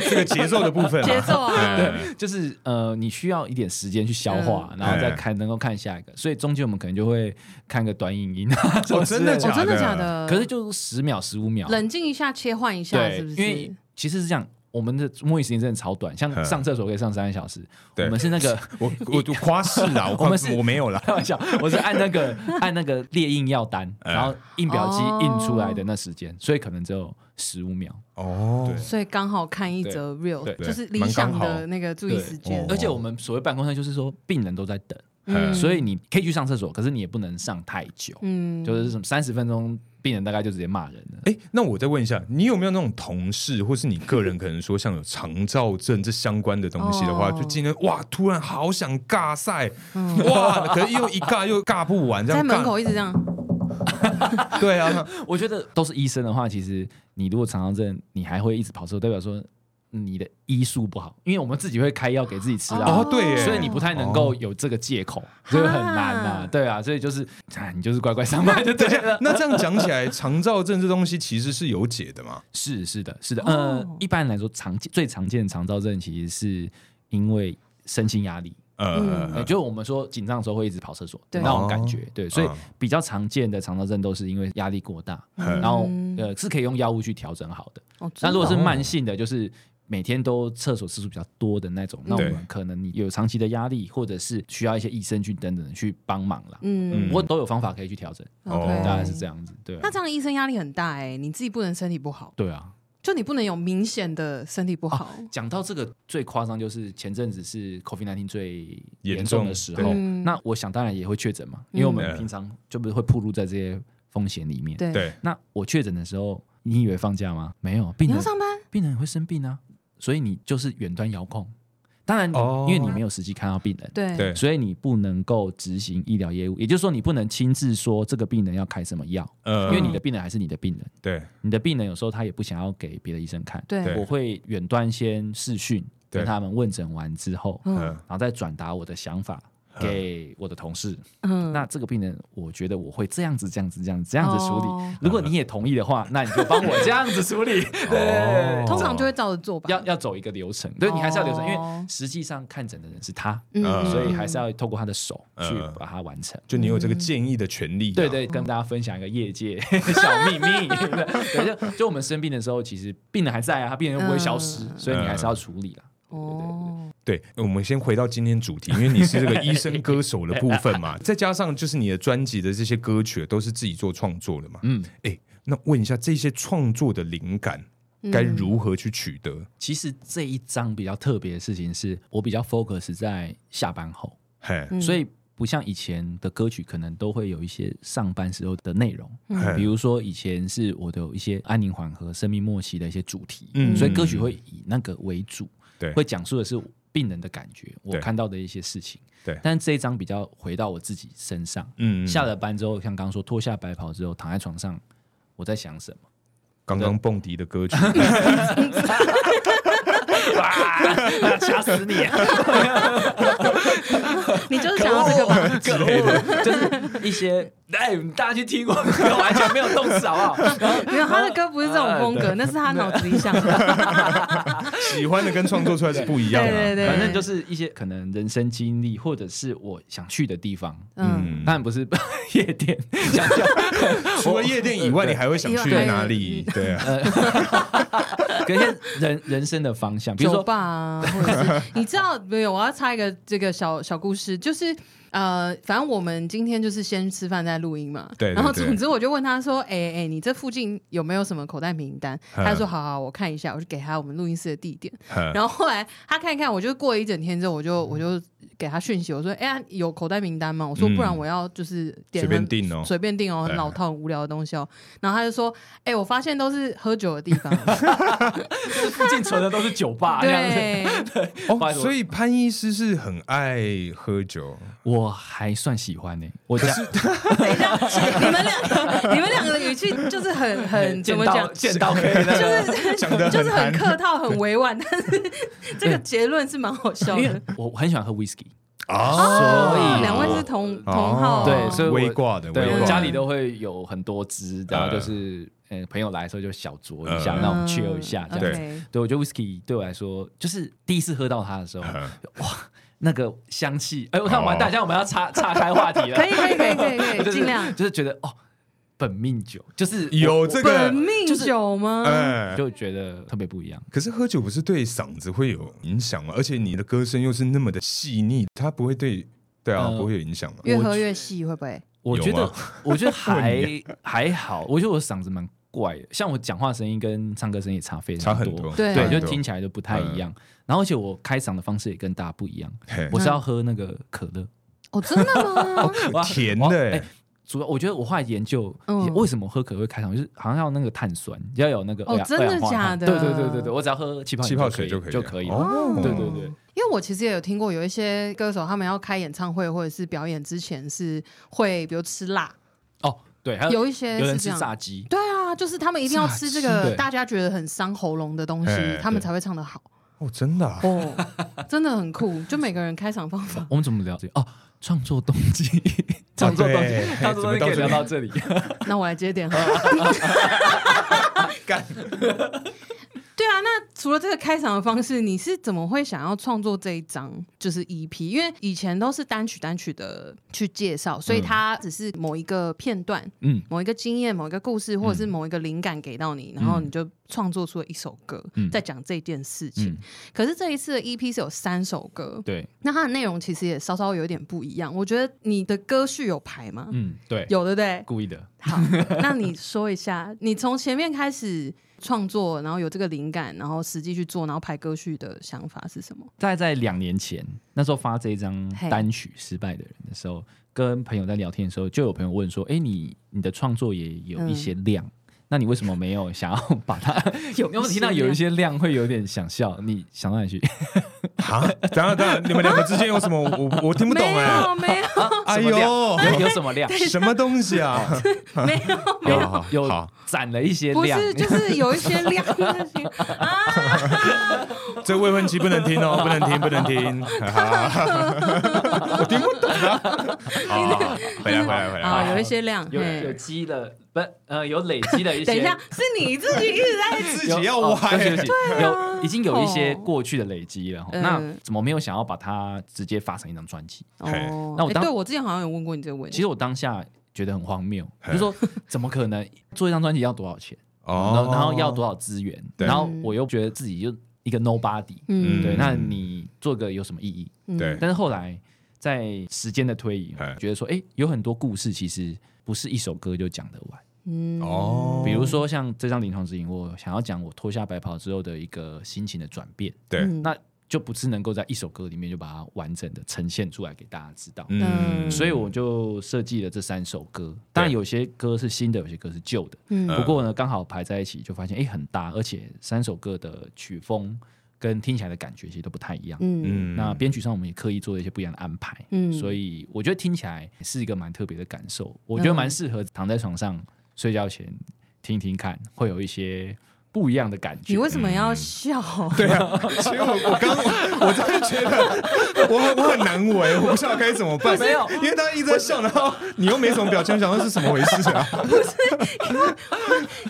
S1: 这个节奏的部分、啊，
S3: 节奏啊
S1: 哎
S5: 就是呃，你需要一点时间去消化，然后再看能够看下一个，所以中间我们可能就会看个短影音 啊，什么之
S1: 真
S5: 类
S1: 的假
S3: 哦，真的假的？
S5: 可是就十秒十五秒，啊
S3: 冷静一下，切换一下，
S5: 对，
S3: 是不
S5: 因为
S3: 是？
S5: 其实是这样，我们的摸鱼时间真的超短，像
S1: 嗯
S5: 上厕所可以上三个小时，
S1: 对
S5: 我们是那个。
S1: 我我我夸饰啊，我
S5: 我
S1: 夸
S5: 们是
S1: 我没有啦。
S5: 开玩笑，我是按那 个按那个列印药单，
S1: 嗯
S5: 然后印表机
S3: 哦
S5: 印出来的那时间，所以可能只有十五秒。
S1: 哦，
S5: 对
S3: 所以刚好看一则 real，
S5: 对
S3: 就是理想的那个注意时间
S1: 哦。
S5: 而且我们所谓办公室就是说，病人都在等，
S1: 嗯
S5: 所以你可以去上厕所，可是你也不能上太久，
S3: 嗯，
S5: 就是什么三十分钟，病人大概就直接骂人了。
S1: 哎，那我再问一下，你有没有那种同事，或是你个人可能说像有肠燥症这相关的东西的话，
S3: 哦
S1: 就今天哇，突然好想尬赛，
S3: 嗯
S1: 哇，可是又一尬又尬不完，这
S3: 在
S1: 样
S3: 门
S1: 尬
S3: 口一直这样，
S1: 对啊，
S5: 我觉得都是医生的话，其实你如果肠燥症，你还会一直跑厕所，代表说你的医术不好，因为我们自己会开药给自己吃啊。
S1: 哦对耶
S5: 所以你不太能够有这个借口，所以很难啊
S3: 啊，
S5: 对啊，所以就是啊，你就是乖乖上班就对了。
S1: 那这样讲起来，肠燥症这东西其实是有解的嘛？
S5: 是是的，是的，
S3: 哦
S5: 呃，一般来说常见最常见的肠燥症其实是因为身心压力，
S3: 嗯
S5: 呃
S1: 呃，
S5: 就我们说紧张的时候会一直跑厕所
S3: 对
S5: 那种感觉，对，所以
S1: 嗯
S5: 比较常见的肠燥症都是因为压力过大，
S1: 嗯
S5: 然后呃是可以用药物去调整好的。
S3: 哦
S5: 那如果是
S1: 哦
S5: 慢性的，就是每天都厕所次数比较多的那种，那我
S1: 对
S5: 们可能你有长期的压力，或者是需要一些益生菌等等的去帮忙啦。
S3: 嗯
S5: 不过都有方法可以去调整，
S1: 哦
S3: ，OK，
S5: 大概是这。样子。对啊、
S3: 那这样医生压力很大哎，你自己不能身体不好，
S5: 对啊。
S3: 就你不能有明显的身体不好。
S5: 讲到这个最夸张，就是前阵子是 COVID 1 9最
S1: 严
S5: 严重
S1: 重
S5: 的时
S1: 对
S5: 候，
S3: 嗯
S5: 那我想当然也会确诊嘛，因为我们
S1: 嗯
S5: 平常就不是会暴露在这些风险里面。
S3: 对，
S1: 对，
S5: 那我确诊的时候，你以为放假吗？没有，病
S3: 你
S5: 人
S3: 要上班，
S5: 病人也会生病啊，所以你就是远端遥控。当然你，
S1: 哦
S5: 因为你没有实际看到病人，
S3: 对
S1: 对
S5: 所以你不能够执行医疗业务，也就是说，你不能亲自说这个病人要开什么药，
S1: 呃
S5: 因为你的病人还是你的病人，
S1: 对
S5: 你的病人有时候他也不想要给别的医生看。
S1: 对
S3: 对，
S5: 我会远端先视讯
S1: 对
S5: 跟他们问诊完之后，
S1: 嗯
S3: 嗯
S5: 然后再转达我的想法。给我的同事，
S3: 嗯
S5: 那这个病人，我觉得我会这样子、这样子、这样子、这样子处理。
S3: 哦
S5: 如果你也同意的话，那你就帮我这样子处 理。
S1: 嗯哦
S5: 对，
S3: 通常就会照着做吧。
S5: 要要走一个流程，对你还是要流程，因
S3: 哦
S5: 为实际上看诊的人是他，
S1: 嗯
S5: 所以还是要透过他的手
S1: 嗯
S5: 去把它完成。
S1: 就你有这个建议的权利啊，
S5: 对对，跟大家分享一个业界 小秘密。对，就就我们生病的时候，其实病人还在啊，他病人又不会消失，所以你还是要处理啊啦。
S3: 哦，
S1: 对，我们先回到今天主题，因为你是这个医生歌手的部分嘛，再加上就是你的专辑的这些歌曲都是自己做创作的嘛，
S5: 嗯，
S1: 哎，那问一下这些创作的灵感
S3: 嗯
S1: 该如何去取得？
S5: 其实这一章比较特别的事情是，我比较 focus 在下班后，
S1: 嘿，
S5: 所以不像以前的歌曲，可能都会有一些上班时候的内容，
S1: 嗯
S5: 比如说以前是我的一些安宁缓和、生命末期的一些主题，
S1: 嗯
S5: 所以歌曲会以那个为主，
S1: 对
S5: 会讲述的是病人的感觉，我
S1: 对
S5: 看到的一些事情，
S1: 对
S5: 但这一张比较回到我自己身上，
S1: 嗯，
S5: 下了班之后，像刚刚说脱下白袍之后，躺在床上，我在想什 么？
S1: 刚刚蹦迪的歌曲，
S5: 哇， 掐死你！啊
S3: 你就是想要这个吧？
S5: 可恶， 就是一些哎，大家去听过，完全没有动词，好不好？然后
S3: 没有，他的歌不是这种风格，那是他脑子里想的。
S1: 喜欢的跟创作出来是不一样的。啊
S3: 对对对
S5: 反正就是一些可能人生经历，或者是我想去的地方。
S3: 嗯，
S1: 嗯，
S5: 当然不是 夜店，想去
S1: 除了夜店以 外，你还会想去
S3: 对
S1: 哪里？对啊，
S5: 可能人人生的方向，比如
S3: 酒
S5: 说
S3: 吧啊，或者是你知道没有？我要插一个这个小小故事，就是呃，反正我们今天就是先吃饭再录音嘛。
S1: 对对
S3: 然后
S1: 对
S3: 总之我就问他说：“哎、哎、你这附近有没有什么口袋名单？”
S1: 嗯
S3: 他就说：“好好，我看一下。”我就给他我们录音室的地点。
S1: 嗯
S3: 然后后来他看一看，我就过了一整天之后，我就我就给他讯息，我说：“哎、呀，有口袋名单吗？”我说：“
S1: 嗯
S3: 不然我要就是点
S1: 随便定哦。
S3: 随便定哦，很老套、很无聊的东西哦。”然后他就说：“哎、我发现都是喝酒的地 方。
S5: 附近存的都是酒吧，这样子。
S3: 对，
S5: 不好
S1: 哦，
S5: 意思
S1: 所以潘医师是很爱喝酒，
S5: 我还算喜欢呢，我家
S3: 等一下，你们两你们两个的语气就 是很
S1: 哎
S3: 很怎
S5: 见
S3: 么
S5: 到
S3: 讲？
S5: 见到可以的，
S3: 就是
S1: 讲得很
S3: 就是
S1: 含
S3: 很客套、很 委婉，但是这个结论是蛮好笑
S5: 因
S3: 的
S5: 为。我很喜欢喝 whisky，
S1: 哦
S5: 所以
S3: 两位是同同
S1: 哦
S3: 号哦，
S5: 对，所以我
S1: 微挂的微
S5: 对
S1: 挂
S5: 我
S1: 的
S5: 家里都会有很多支，然后
S1: 呃
S5: 就是呃朋友来的时候就小酌一下，
S1: 呃
S5: 让我们 chill 一下这
S3: 嗯
S5: 样子。
S3: ，OK
S5: 对，我觉得 whisky 对我来说，就是第一次喝到它的时候，
S1: 嗯
S5: 那个香气，哎，我看
S1: 哦
S5: 完，大家我们要岔 岔开话题了，
S3: 可以 可以可以可以可
S5: 就
S3: 以，
S5: 是
S3: 尽量。
S5: 就是觉得哦，本命酒就是我，
S1: 有这
S3: 本
S1: 个，
S3: 命酒吗？
S1: 哎，
S5: 就觉得特别不一样。
S1: 可是喝酒不是对嗓子会有影响吗？而且你的歌声又是那么的细腻，它不会对对啊，
S5: 呃
S1: 不会有影响吗？
S3: 越喝越细会不会？
S5: 我觉
S1: 有
S5: 得
S1: 吗，啊
S5: 我觉 得还还好，我觉得我嗓子蛮怪的，像我讲话声音跟唱歌声音也差非
S1: 差
S5: 常
S1: 很多，嗯
S3: 对
S5: 对，
S3: 嗯
S5: 就听起来就不太一样。然后而且我开嗓的方式也跟大家不一样，
S1: 嘿
S5: 我是要喝那个可乐，
S3: 哦，真的吗？
S5: 我要
S1: 甜
S5: 我要
S1: 的欸
S5: 哎主要我觉得我后来研究
S3: 嗯
S5: 为什么喝可乐会开嗓，就是好像要那个碳酸，要有那个
S3: 哦
S5: 二氧
S3: 真的
S5: 二氧化
S3: 假
S5: 碳
S3: 的
S5: 对对对对对，我只要喝气泡
S1: 气泡水
S5: 就
S1: 就
S5: 可
S1: 可
S5: 以
S1: 以
S5: 就可以了。
S1: 哦
S5: 对对对，
S3: 嗯因为我其实也有听过有一些歌手，他们要开演唱会或者是表演之前是会，比如吃辣，
S5: 哦对，还有
S3: 有一些
S5: 有人
S3: 是这
S5: 吃
S3: 样。
S5: 炸鸡，
S3: 对啊，就是他们一定要吃这
S5: 炸鸡
S3: 个
S5: 对
S3: 大家觉得很伤喉咙的东西
S1: 哎，
S3: 他们
S1: 对
S3: 才会唱得好
S1: 哦，真的啊，
S3: 哦， 真的很酷。就每个人开场方法，
S5: 我们怎么了解？哦，创作动机，创作动
S1: 啊对
S5: 机，创作动机可以聊到这里。
S3: 那我来接点好了。对啊，那除了这个开场的方式，你是怎么会想要创作这一张就是 EP？因为以前都是单曲单曲的去介绍，所以它只是某一个片段、
S5: 嗯
S3: 某一个经验、某一个故事，或者是某一个灵感给到你，然后你就创作出了一首歌，
S5: 嗯
S3: 在讲这件事情。
S5: 嗯，
S3: 可是这一次的 EP 是有三首歌，
S5: 对，
S3: 那它的内容其实也稍稍有点不一样。我觉得你的歌序有排吗？
S5: 嗯对，
S3: 有对不对？
S5: 故意的。
S3: 好，那你说一下，你从前面开始创作，然后有这个灵感，然后实际去做，然后排歌序的想法是什么？
S5: 大概在两年前，那时候发这一张
S3: 嘿
S5: 单曲《失败的人》的时候，跟朋友在聊天的时候，就有朋友问说：“哎、你你的创作也有一些
S3: 嗯
S5: 量，那你为什么没有想要 把它？有没有听到有一些量会有点想笑？你想到哪里去？
S1: 啊，等下等下，你们两个之间有什么？我我我听不懂
S3: 没
S1: 哎，
S3: 有，没有，
S1: 哎
S5: 什么量
S1: 呦，
S5: 有有什么量？
S1: 什么东西 啊？
S3: 没有，
S1: 有
S5: 有
S1: 好，
S5: 攒了一些
S3: 不
S5: 量，
S3: 是，就是有一些量那些
S1: 这未婚妻不能听哦，不能听，不能听。我听不懂啊。好，好 好回来回来回来。
S3: 啊，有一些量。
S5: 有
S3: 嘿
S5: 有 积了不呃有累积了一 些。
S3: 等一下，是你自己一直 在
S1: 自
S5: 有
S1: 己要
S5: 哦
S1: 歪
S5: 对不
S1: 欸
S5: 起，对不起有已经有一些过去的累积了。
S3: 啊哦嗯
S5: 那怎么没有想要把它直接发成一张专辑？
S1: 嘿
S3: 哦。
S5: 那我
S3: 哎
S5: 当
S3: 对我之前好像有问过你这个问题，
S5: 其实我当下觉得很荒谬，就是说怎么可能做一张专辑要多少钱，
S1: 哦
S5: 然后然后要多少资源，
S1: 对
S5: 然后我又觉得自己就一个 nobody，
S3: 嗯
S5: 对，那你做个有什么意义？
S3: 嗯
S1: 对
S5: 但是后来在时间的推移
S1: 嘿，
S5: 觉得说，哎，有很多故事其实不是一首歌就讲得完。
S3: 嗯
S1: 哦
S5: 比如说像这张《临床指引》，我想要讲我脱下白袍之后的一个心情的转变。
S1: 对
S3: 嗯
S5: 那就不是能够在一首歌里面就把它完整的呈现出来给大家知道。
S1: 嗯，
S5: 所以我就设计了这三首歌，当然有些歌是新的，有些歌是旧的。
S3: 嗯
S5: 不过呢，刚好排在一起，就发现哎、诶很搭，而且三首歌的曲风跟听起来的感觉其实都不太一样。
S3: 嗯
S1: 嗯
S5: 那编曲上我们也刻意做了一些不一样的安排，
S3: 嗯
S5: 所以我觉得听起来是一个蛮特别的感受，我
S3: 嗯
S5: 觉得蛮适合躺在床上睡觉前听听看，会有一些不一样的感觉。
S3: 你为什么要笑？
S1: 对啊，其实我我刚我真的觉得我很我很难为，我不知道该怎么办。
S5: 没有
S1: 因为他一直在笑，然后你又没什么表情，我想到是什么回事啊？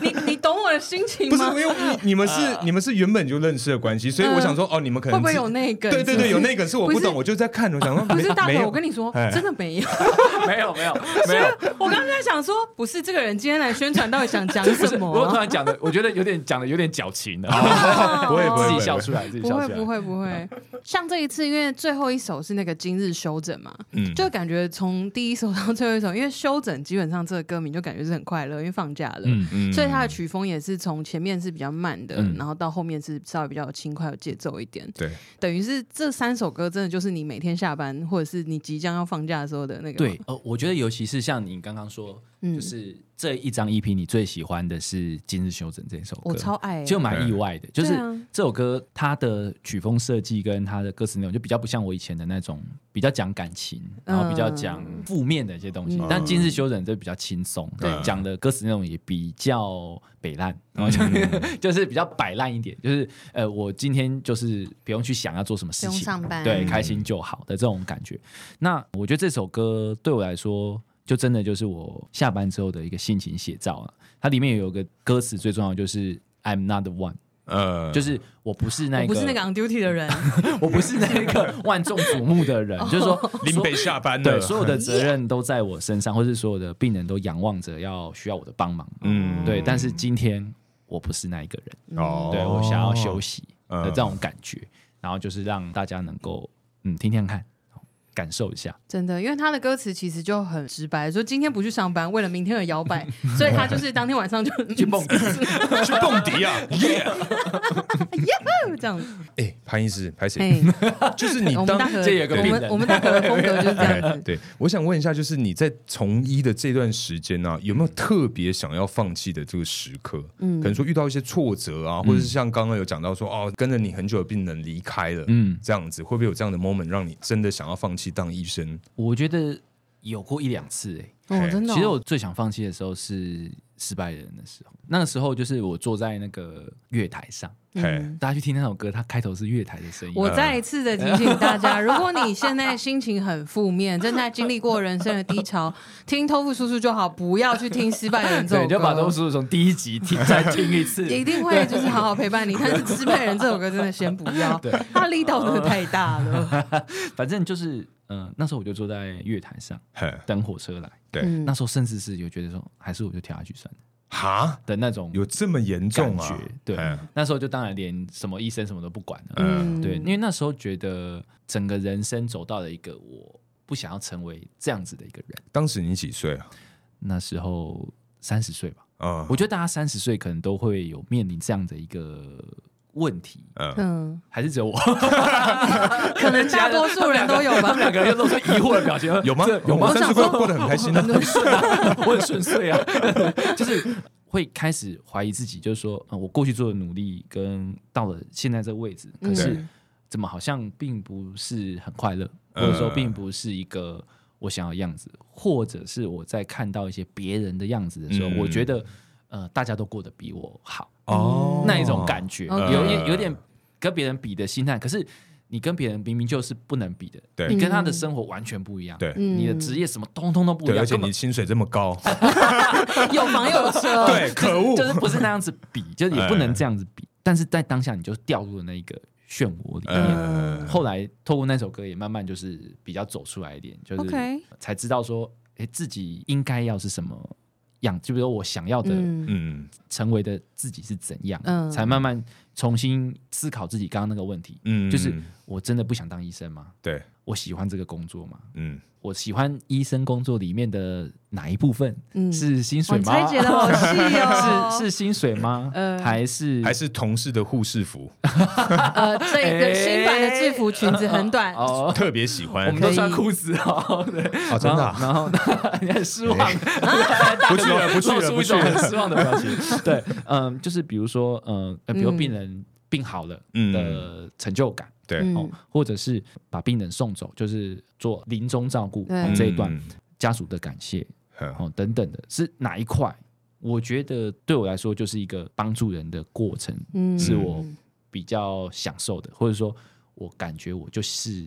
S3: 你你懂我的心情
S1: 不是，因
S3: 吗？
S1: 为你你们是
S5: 啊
S1: 你们是原本就认识的关系，所以我想说，哦，你们可
S3: 会
S1: 能
S3: 不嗯会
S1: 是
S3: 有那个？
S1: 对对对，有那个是我不
S3: 不
S1: 懂，
S3: 是
S1: 我就在看，我想说
S3: 不是
S1: 没
S3: 大
S1: 没
S3: 头，
S1: 有
S3: 我跟你说
S1: 哎，
S3: 真的没有。
S5: 没有没 有
S3: 啊
S5: 没有，
S3: 我刚刚在想说，不是这个人今天来宣传，到底想讲
S5: 不
S3: 什
S5: 是
S3: 么
S5: 我突
S3: 啊？
S5: 然讲的，我觉得有点讲的有点矫情了，
S1: 不会不会
S5: 自
S1: 不
S5: 己
S1: 会
S5: 笑出来，自 己
S3: 不
S5: 笑
S3: 会
S5: 出来。嗯
S3: 不会不会，像这一次，因为最后一首是那个今日修整嘛，
S1: 嗯
S3: 就感觉从第一首到最后一首，因为修整基本上这个歌名就感觉是很快乐，因为放假了，
S5: 嗯
S1: 嗯
S3: 所以它的曲风也是从前面是比较慢的，
S5: 嗯
S3: 然后到后面是稍微比较轻快有节奏一点，
S1: 对
S3: 等于是这三首歌真的就是你每天下班或者是你即将要放假的时候的那个
S5: 对，呃，我觉得尤其是像你刚刚说，
S3: 嗯
S5: 就是这一张 EP 你最喜欢的是《今日修整》这首歌，
S3: 我超爱欸
S5: 就蛮意外的。就是
S3: 对啊
S5: 这首歌它的曲风设计跟它的歌词内容就比较不像我以前的那种比较讲感情，然后比较讲负面的一些东西。
S3: 嗯
S5: 但《今日修整》就比较轻松，
S1: 对
S5: 讲的歌词内容也比较北烂，然后就 就是比较摆烂一点，就是呃，我今天就是不用去想要做什么事
S2: 不用
S5: 情，
S2: 上班
S5: 对，开心就好的这种感觉。那我觉得这首歌对我来说，就真的就是我下班之后的一个心情写照啊。它里面有个歌词最重要的就是 “I'm not the one”，
S1: 呃
S5: 就是我不是
S3: 我
S5: 那个，
S3: 不是那个 on duty 的人，
S5: 我不是那个万众瞩目 的人，就是
S3: 哦
S5: 说
S1: 林北下班了
S5: 对，所有的责任都在我身上，或是所有的病人都仰望着要需要我的帮忙。
S1: 嗯
S5: 对，但是今天我不是那一个人。
S1: 哦
S5: 对我想要休息的
S1: 嗯
S5: 这种感觉，然后就是让大家能够嗯听听看，感受一下。
S3: 真的，因为他的歌词其实就很直白，说今天不去上班，为了明天而摇 摆，所以他就是当天晚上就嗯去蹦迪，
S1: 去蹦迪 啊！
S3: 这样子。
S1: 哎，潘医师，拍谁？
S3: 哎，
S1: 就是你
S3: 我们
S1: 当
S3: 大可
S5: 这有个
S3: 我
S5: 病
S3: 们
S5: 人
S3: 我们大可的风格就是这样
S1: 哎，
S3: 子。
S1: 对，我想问一下，就是你在从医的这段时间呢、啊，有没
S5: 嗯
S1: 有特别想要放弃的这个时刻？嗯，可能说遇到一些挫折啊，或者是像刚刚有讲到说，哦，跟着你很久的病人离开了，
S5: 嗯
S1: 嗯，这样子会不会有这样的 moment 让你真的想要放弃当医生？
S5: 我觉得有过一两次哎、
S3: 哦，真的哦。
S5: 其实我最想放弃的时候是失败人的时候，那个时候就是我坐在那个月台上，
S1: 嘿，
S5: 大家去听那首歌，它开头是月台的声音。
S3: 我再一次的提醒大家，如果你现在心情很负面，正在经历过人生的低潮，听托付叔叔就好，不要去听失败的人这首
S5: 对，
S3: 歌。
S5: 就把东叔从第一集听再听一次，
S3: 一定会就是好好陪伴你，但是《失败人》这首歌真的先不要，它力道真的太大 了。
S5: 反正就是嗯、呃那时候我就坐在月台上
S1: 嘿，
S5: 等火车来，
S1: 对，
S5: 那时候甚至是有觉得说，还是我就跳下去算了
S1: 哈，
S5: 的那种
S1: 有这么严
S5: 感
S1: 重
S5: 觉
S1: 啊？。
S5: 对
S1: 哎，
S5: 那时候就当然连什么医生什么都不管了。
S1: 嗯，
S5: 对，因为那时候觉得整个人生走到了一个我不想要成为这样子的一个人。
S1: 当时你几岁啊？
S5: 那时候三十岁吧，
S1: 啊
S5: 我，觉得大家三十岁可能都会有面临这样的一个问题，
S1: 嗯，
S3: 嗯，
S5: 还是只有我？
S3: 可能大多数人都有
S5: 他
S3: 吧
S5: 们。两个人就露出疑惑的表情，
S1: 有吗
S5: 这？
S1: 有
S5: 有
S1: 吗？
S5: 吗？
S3: 我
S1: 三
S3: 想
S1: 十
S3: 说
S1: 岁过得很开心啊。
S5: 我很顺遂啊，就是会开始怀疑自己，就是说，呃我过去做的努力跟到了现在这个位置，可是
S1: 对
S5: 怎么好像并不是很快乐，或
S1: 嗯
S5: 者说并不是一个我想要的样子，或者是我在看到一些别人的样子的时候，
S1: 嗯
S5: 我觉得呃，大家都过得比我好，
S1: 哦
S5: 嗯那一种感觉，
S3: OK
S5: 有点有点跟别人比的心态，可是。你跟别人明明就是不能比的，
S1: 对
S5: 你跟他的生活完全不一样，
S1: 对嗯
S5: 你的职业什么通通都不一
S1: 对，
S5: 样，
S1: 而且
S5: 啊根本
S1: 你薪水这么 高，
S3: 有房有车，
S1: 对，可恶哎
S5: 就，是不是那样子比，就是也不能这样子比。但是在当下，你就掉入了那一个漩涡里。
S1: 呃，
S5: 后来透过那首歌，也慢慢就是比较走出来一点，就是
S3: OK
S5: 才知道说，哎，自己应该要是什么样，就比如说我想要的
S1: 嗯，
S5: 成为的自己是怎样
S3: 嗯，
S5: 才慢慢重新思考自己刚刚那个问题，
S1: 嗯
S5: 就是我真的不想当医生吗？
S1: 对，
S5: 我喜欢这个工作吗？
S1: 嗯，
S5: 我喜欢医生工作里面的哪一部分？
S2: 嗯
S5: 是薪
S3: 哇
S5: 水
S3: 你
S5: 吗？
S3: 拆解的好细哦，
S5: 是是薪水吗？
S3: 呃
S5: 还是
S1: 还是同事的护士 服，
S3: 呃，这个新版的制服裙子很短，
S5: 哦？
S1: 特别喜欢
S5: 我们都穿裤子 哦，对，
S1: 啊，真的啊、
S5: 然后，然后 你很失望，
S1: 哎不去 了，不去
S5: 露
S1: 了，
S5: 出
S1: 不
S5: 一
S1: 去
S5: 种很
S1: 了。
S5: 失望的表情。对，嗯，就是比如说，嗯，呃比如
S2: 嗯
S5: 病人病好了
S1: 嗯
S5: 的成就感，
S1: 对，
S5: 哦
S2: 嗯，
S5: 或者是把病人送走，就是做临终照顾
S2: 对
S5: 哦
S1: 嗯
S5: 这一段家属的感谢
S1: 嗯
S5: 哦等等的，是哪一块？我觉得对我来说就是一个帮助人的过程，
S2: 嗯
S5: 是我比较享受的，或者说我感觉我就是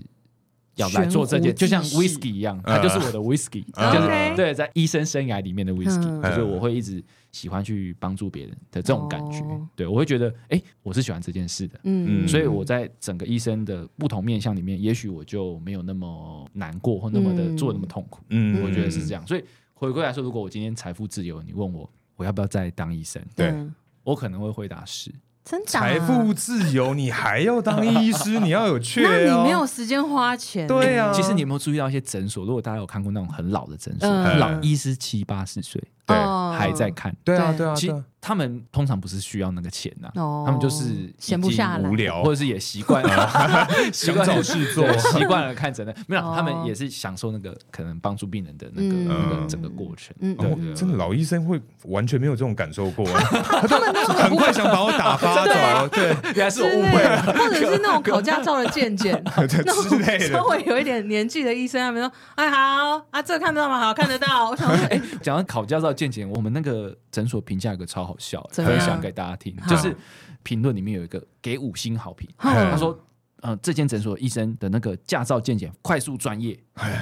S5: 要来做这
S3: 悬
S5: 件，
S2: 嗯
S3: 壶
S5: 就像
S3: 济世
S5: whisky 一样，它就是我的 whisky，、
S1: 呃
S5: 就是、
S3: OK
S5: 对在医生生涯里面的 whisky，、
S2: 嗯
S5: 就是我会一直喜欢去帮助别人的这种感觉，
S2: 哦
S5: 对我会觉得哎、诶我是喜欢这件事的。
S2: 嗯
S1: 嗯
S5: 所以我在整个医生的不同面向里面，也许我就没有那么难过或那么的
S2: 嗯
S5: 做得那么痛苦。
S1: 嗯
S5: 我觉得是这
S1: 样。
S5: 样。啊所以回归来说，如果我今天财富自由，你问我我要不要再当医生，
S1: 对
S2: 嗯
S5: 我可能会回答是。
S3: 真假啊
S1: 财富自由，你还要当医 师，你要有确
S3: 那
S1: 哦。
S3: 你没有时间花钱，
S1: 对啊，
S5: 哎其实你有没有注意到一些诊所？如果大家有看过那种很老的诊所，
S2: 嗯
S5: 老医师七八十岁
S1: 对
S2: 哦
S5: 还在看，
S1: 对啊
S2: 对
S1: 对啊，
S5: 其
S1: 对
S5: 实
S1: 啊
S5: 他们通常不是需要那个钱呐、
S2: 哦
S5: 他们就是已经
S2: 闲不下来
S1: 无聊
S5: 或者是也习惯了， 习
S1: 想
S5: 惯
S1: 找事做
S5: 对，习惯了看诊的，没有啦，
S2: 哦
S5: 他们也是享受那个可能帮助病人的那个
S2: 嗯
S5: 那个整个过程。
S2: 嗯
S5: 对
S1: 哦
S5: 对对
S1: 真的老医生会完全没有这种感 受过，他们很快想把我打发
S5: 啊
S1: 走，对
S5: 原来是
S3: 之
S5: 我
S3: 类
S5: 误会了。
S3: 的，或者是那种考驾照的健检，那
S1: 之类的
S3: 种稍微有一点年纪的医生，他们说：“哎，好啊，这个看得到吗？好看得到。”我想说，哎，
S5: 讲到考驾照见解，我们那个诊所评价有个超好笑的，
S3: 怎
S1: 么
S5: 分
S1: 样
S5: 享给大家听，
S3: 好
S5: 就是评论里面有一个给五星好评，
S1: 嗯
S5: 他
S3: 哦
S5: 说。呃，这间诊所医生的那个驾照见解快速专业，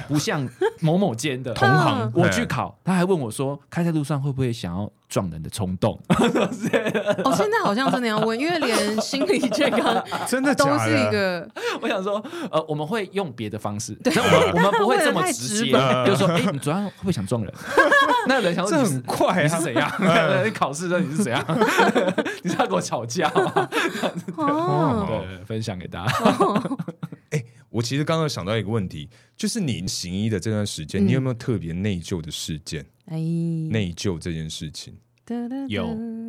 S5: 不像某某间的
S1: 哎
S5: 嗯
S1: 同行，哎
S5: 我去考，他还问我说，开在路上会不会想要撞人的冲 动？
S3: 哦，现在好像真的要问，因为连心理健康
S1: 真的
S3: 都
S1: 假
S3: 是
S1: 的？
S3: 一个
S5: 我想说，呃，我们会用别的方式，但我们我们 不会这么直接
S1: 但他问得太直白，了
S5: 就是说，哎，你昨天会不会想撞 人？那人想说
S1: 这
S5: 你是
S1: 很快
S5: 你
S1: 啊
S5: 是，怎样？你考试的时候你是怎样？ 你是要跟我吵架吗？
S3: 哦，
S1: 哦
S5: 嗯对，分享给大家。
S1: 我其实刚刚想到一个问题，就是你行医的这段时
S5: 嗯
S1: 间，你有没有特别内疚的事件？
S2: 哎，
S1: 内疚这件事情，
S3: 哒哒哒
S5: 有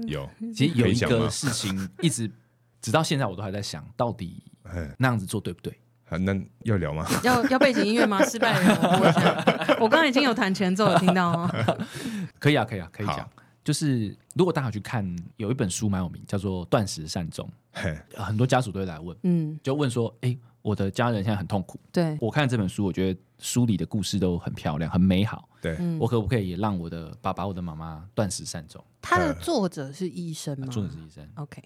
S1: 有，
S5: 其实有
S1: 嗯可以
S5: 一
S1: 讲吗
S5: 个事情，一直直到现在我都还在想，到底
S1: 哎，
S5: 那样子做对不对？
S1: 好那要聊吗？
S3: 要要背景音乐 吗？失败人，我问一下 我刚刚已经有弹前奏，有听到 吗？
S5: 可以啊，可以啊，可以讲
S1: 好。
S5: 就是如果大家有去看，有一本书蛮有名，叫做《断食善终
S1: 嘿》，
S5: 呃很多家属都会来问，
S2: 嗯，
S5: 就问说：“哎，我的家人现在很痛苦。
S2: 对，
S5: 我看这本书，我觉得书里的故事都很漂亮，很美好。
S1: 对，
S2: 嗯
S5: 我可不可以也让我的爸爸、我的妈妈断食善终？
S2: 他的作者是医生吗？
S5: 做的是医生。
S2: OK，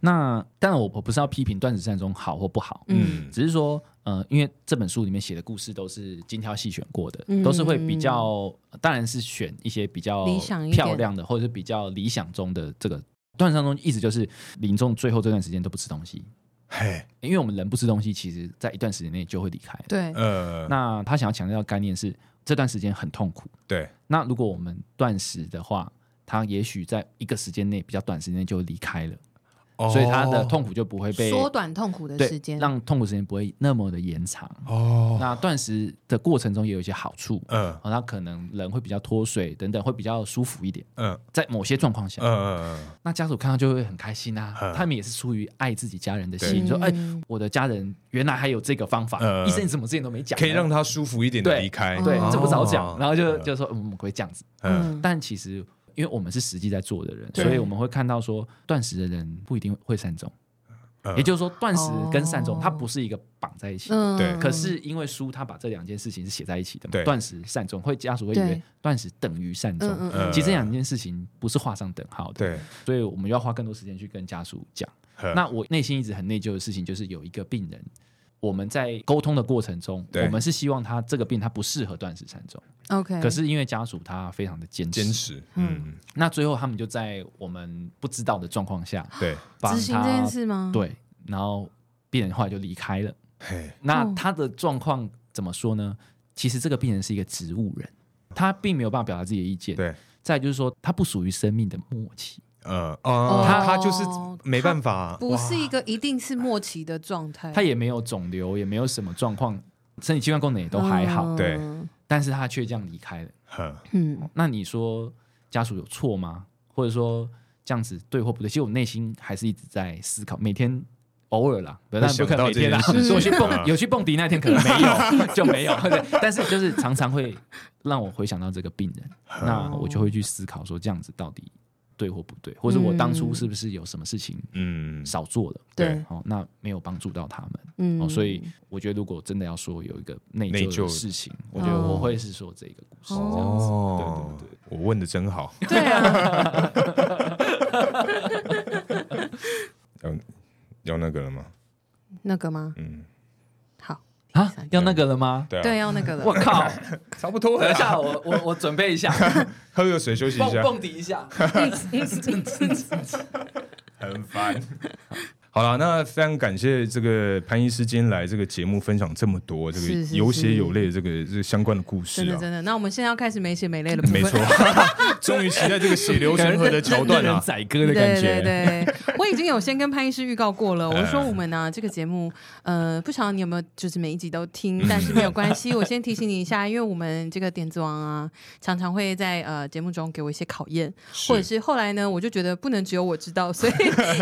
S5: 那当然，我我不是要批评断食善终好或不好，
S1: 嗯
S5: 只是说，呃，因为这本书里面写的故事都是精挑细选过的，
S2: 嗯
S5: 都是会比较，当然是选一些比较
S2: 理想一点
S5: 漂亮的，或者是比较理想中的这个。段上中意思就是临终最后这段时间都不吃东西，
S1: 嘿，
S5: 因为我们人不吃东西，其实在一段时间内就会离开。
S2: 对，
S1: 呃，
S5: 那他想要强调的概念是，这段时间很痛苦。
S1: 对，
S5: 那如果我们断食的话，他也许在一个时间内比较短时间内就离开了，
S1: 哦
S5: 所以他的痛苦就不会被
S2: 缩短痛苦的
S5: 对
S2: 时间，
S5: 让痛苦时间不会那么的延长。
S1: 哦，
S5: 那断食的过程中也有一些好处，
S1: 嗯
S5: 哦，那可能人会比较脱水等等，会比较舒服一点，
S1: 嗯
S5: 在某些状况下，
S1: 嗯
S5: 那家属看到就会很开心啊，
S1: 嗯
S5: 他们也是出于爱自己家人的
S2: 对
S5: 心，说哎、
S2: 嗯
S5: 我的家人原来还有这个方法，
S1: 嗯
S5: 医生你怎么之前都没讲呢，
S1: 可以让他舒服一点的
S5: 对
S1: 离开，
S5: 对
S2: 哦，
S5: 这么早讲，然后就
S1: 嗯
S5: 就说嗯我们可以这样子，
S1: 嗯
S5: 但其实。因为我们是实际在做的人，
S1: 对
S5: 所以我们会看到说，断食的人不一定会善终，
S1: 嗯
S5: 也就是说，断食跟善终
S2: 哦
S5: 它不是一个绑在一起的，
S2: 嗯
S1: 对
S5: 可是因为书他把这两件事情是写在一起的
S1: 对
S5: 嘛，断食善终，会家属会以为
S2: 对
S5: 断食等于善终，
S2: 嗯嗯
S1: 嗯
S5: 其实这两件事情不是画上等号的，
S1: 对，
S5: 所以我们要花更多时间去跟家属讲。
S1: 嗯
S5: 那我内心一直很内疚的事情就是有一个病人。我们在沟通的过程中，
S1: 对
S5: 我们是希望他这个病他不适合断食善终，
S3: 嗯
S2: OK，
S5: 可是因为家属他非常的坚
S1: 坚
S5: 持，
S1: 持，嗯，
S5: 那最后他们就在我们不知道的状况下
S1: 对，
S5: 帮
S2: 执行这件
S5: 他
S2: 事吗？，
S5: 对，然后病人后来就离开了。
S1: 嘿，
S5: 那
S2: 哦
S5: 他的状况怎么说呢？其实这个病人是一个植物人，他并没有办法表达自己的意见。
S1: 对，
S5: 再来就是说，他不属于生命的末期，
S1: 呃啊，他他就是
S3: 哦
S1: 没办法，
S3: 不是一个一定是末期的状态，
S5: 他也没有肿瘤，也没有什么状况，身体器官功能也都还好，
S3: 嗯
S1: 对
S5: 但是他却这样离开了。
S1: 哼
S3: 嗯，
S5: 那你说家属有错吗？或者说这样子对或不对？其实我内心还是一直在思考，每天偶尔啦，不
S1: 会
S5: 但不可能每天啦。
S1: 想到这件事情
S5: 所以我去
S1: 嗯
S5: 蹦， 有去蹦迪那天可能没 有，就没有。对但是就是常常会让我回想到这个病人，那我就会去思考说这样子到底对或不对，或者我当初是不是有什么事情
S1: 嗯，
S5: 少做了？
S1: 对
S3: 嗯对，
S5: 哦，那没有帮助到他们。
S3: 嗯
S5: 哦，所以我觉得如果真的要说有一个内
S1: 内
S5: 疚
S1: 疚
S5: 的事情，我觉得我会是说这个故事。
S3: 哦
S5: 这样子
S1: 哦，我问的真好，
S3: 对啊，
S1: 啊 要那个了吗？
S3: 那个吗？
S1: 嗯，
S3: 好，
S5: 啊
S3: 三，
S5: 要那个了吗？
S1: 对啊，
S3: 对，要那 个
S5: 我
S3: 了，
S5: 靠！
S1: 差不多了
S5: 等一
S1: 啊，
S5: 下，我我我准备一下，
S1: 喝个水休息一
S5: 蹦
S1: 下，
S5: 蹦迪一下。哦
S1: 很烦。 好了，那非常感谢这个潘医师今天来这个节目分享这么多这个
S3: 是是
S1: 有血有泪的这个这个相关的故事
S3: 真的
S1: 啊
S3: 真，的。那我们现在要开始没血没泪了，部分
S1: 没错， 终于期待这个血流成河的桥段
S5: 让人
S1: 啊，
S5: 宰割的感
S3: 对
S5: 觉。
S3: 对对，我已经有先跟潘医师预告过 了。我说我们呢、这个节目，呃，不晓得你有没有就是每一集都听，但是没有关系，我先提醒你一下，因为我们这个点子王啊，常常会在呃节目中给我一些考验，或者是后来呢，我就觉得不能只有我知道，所以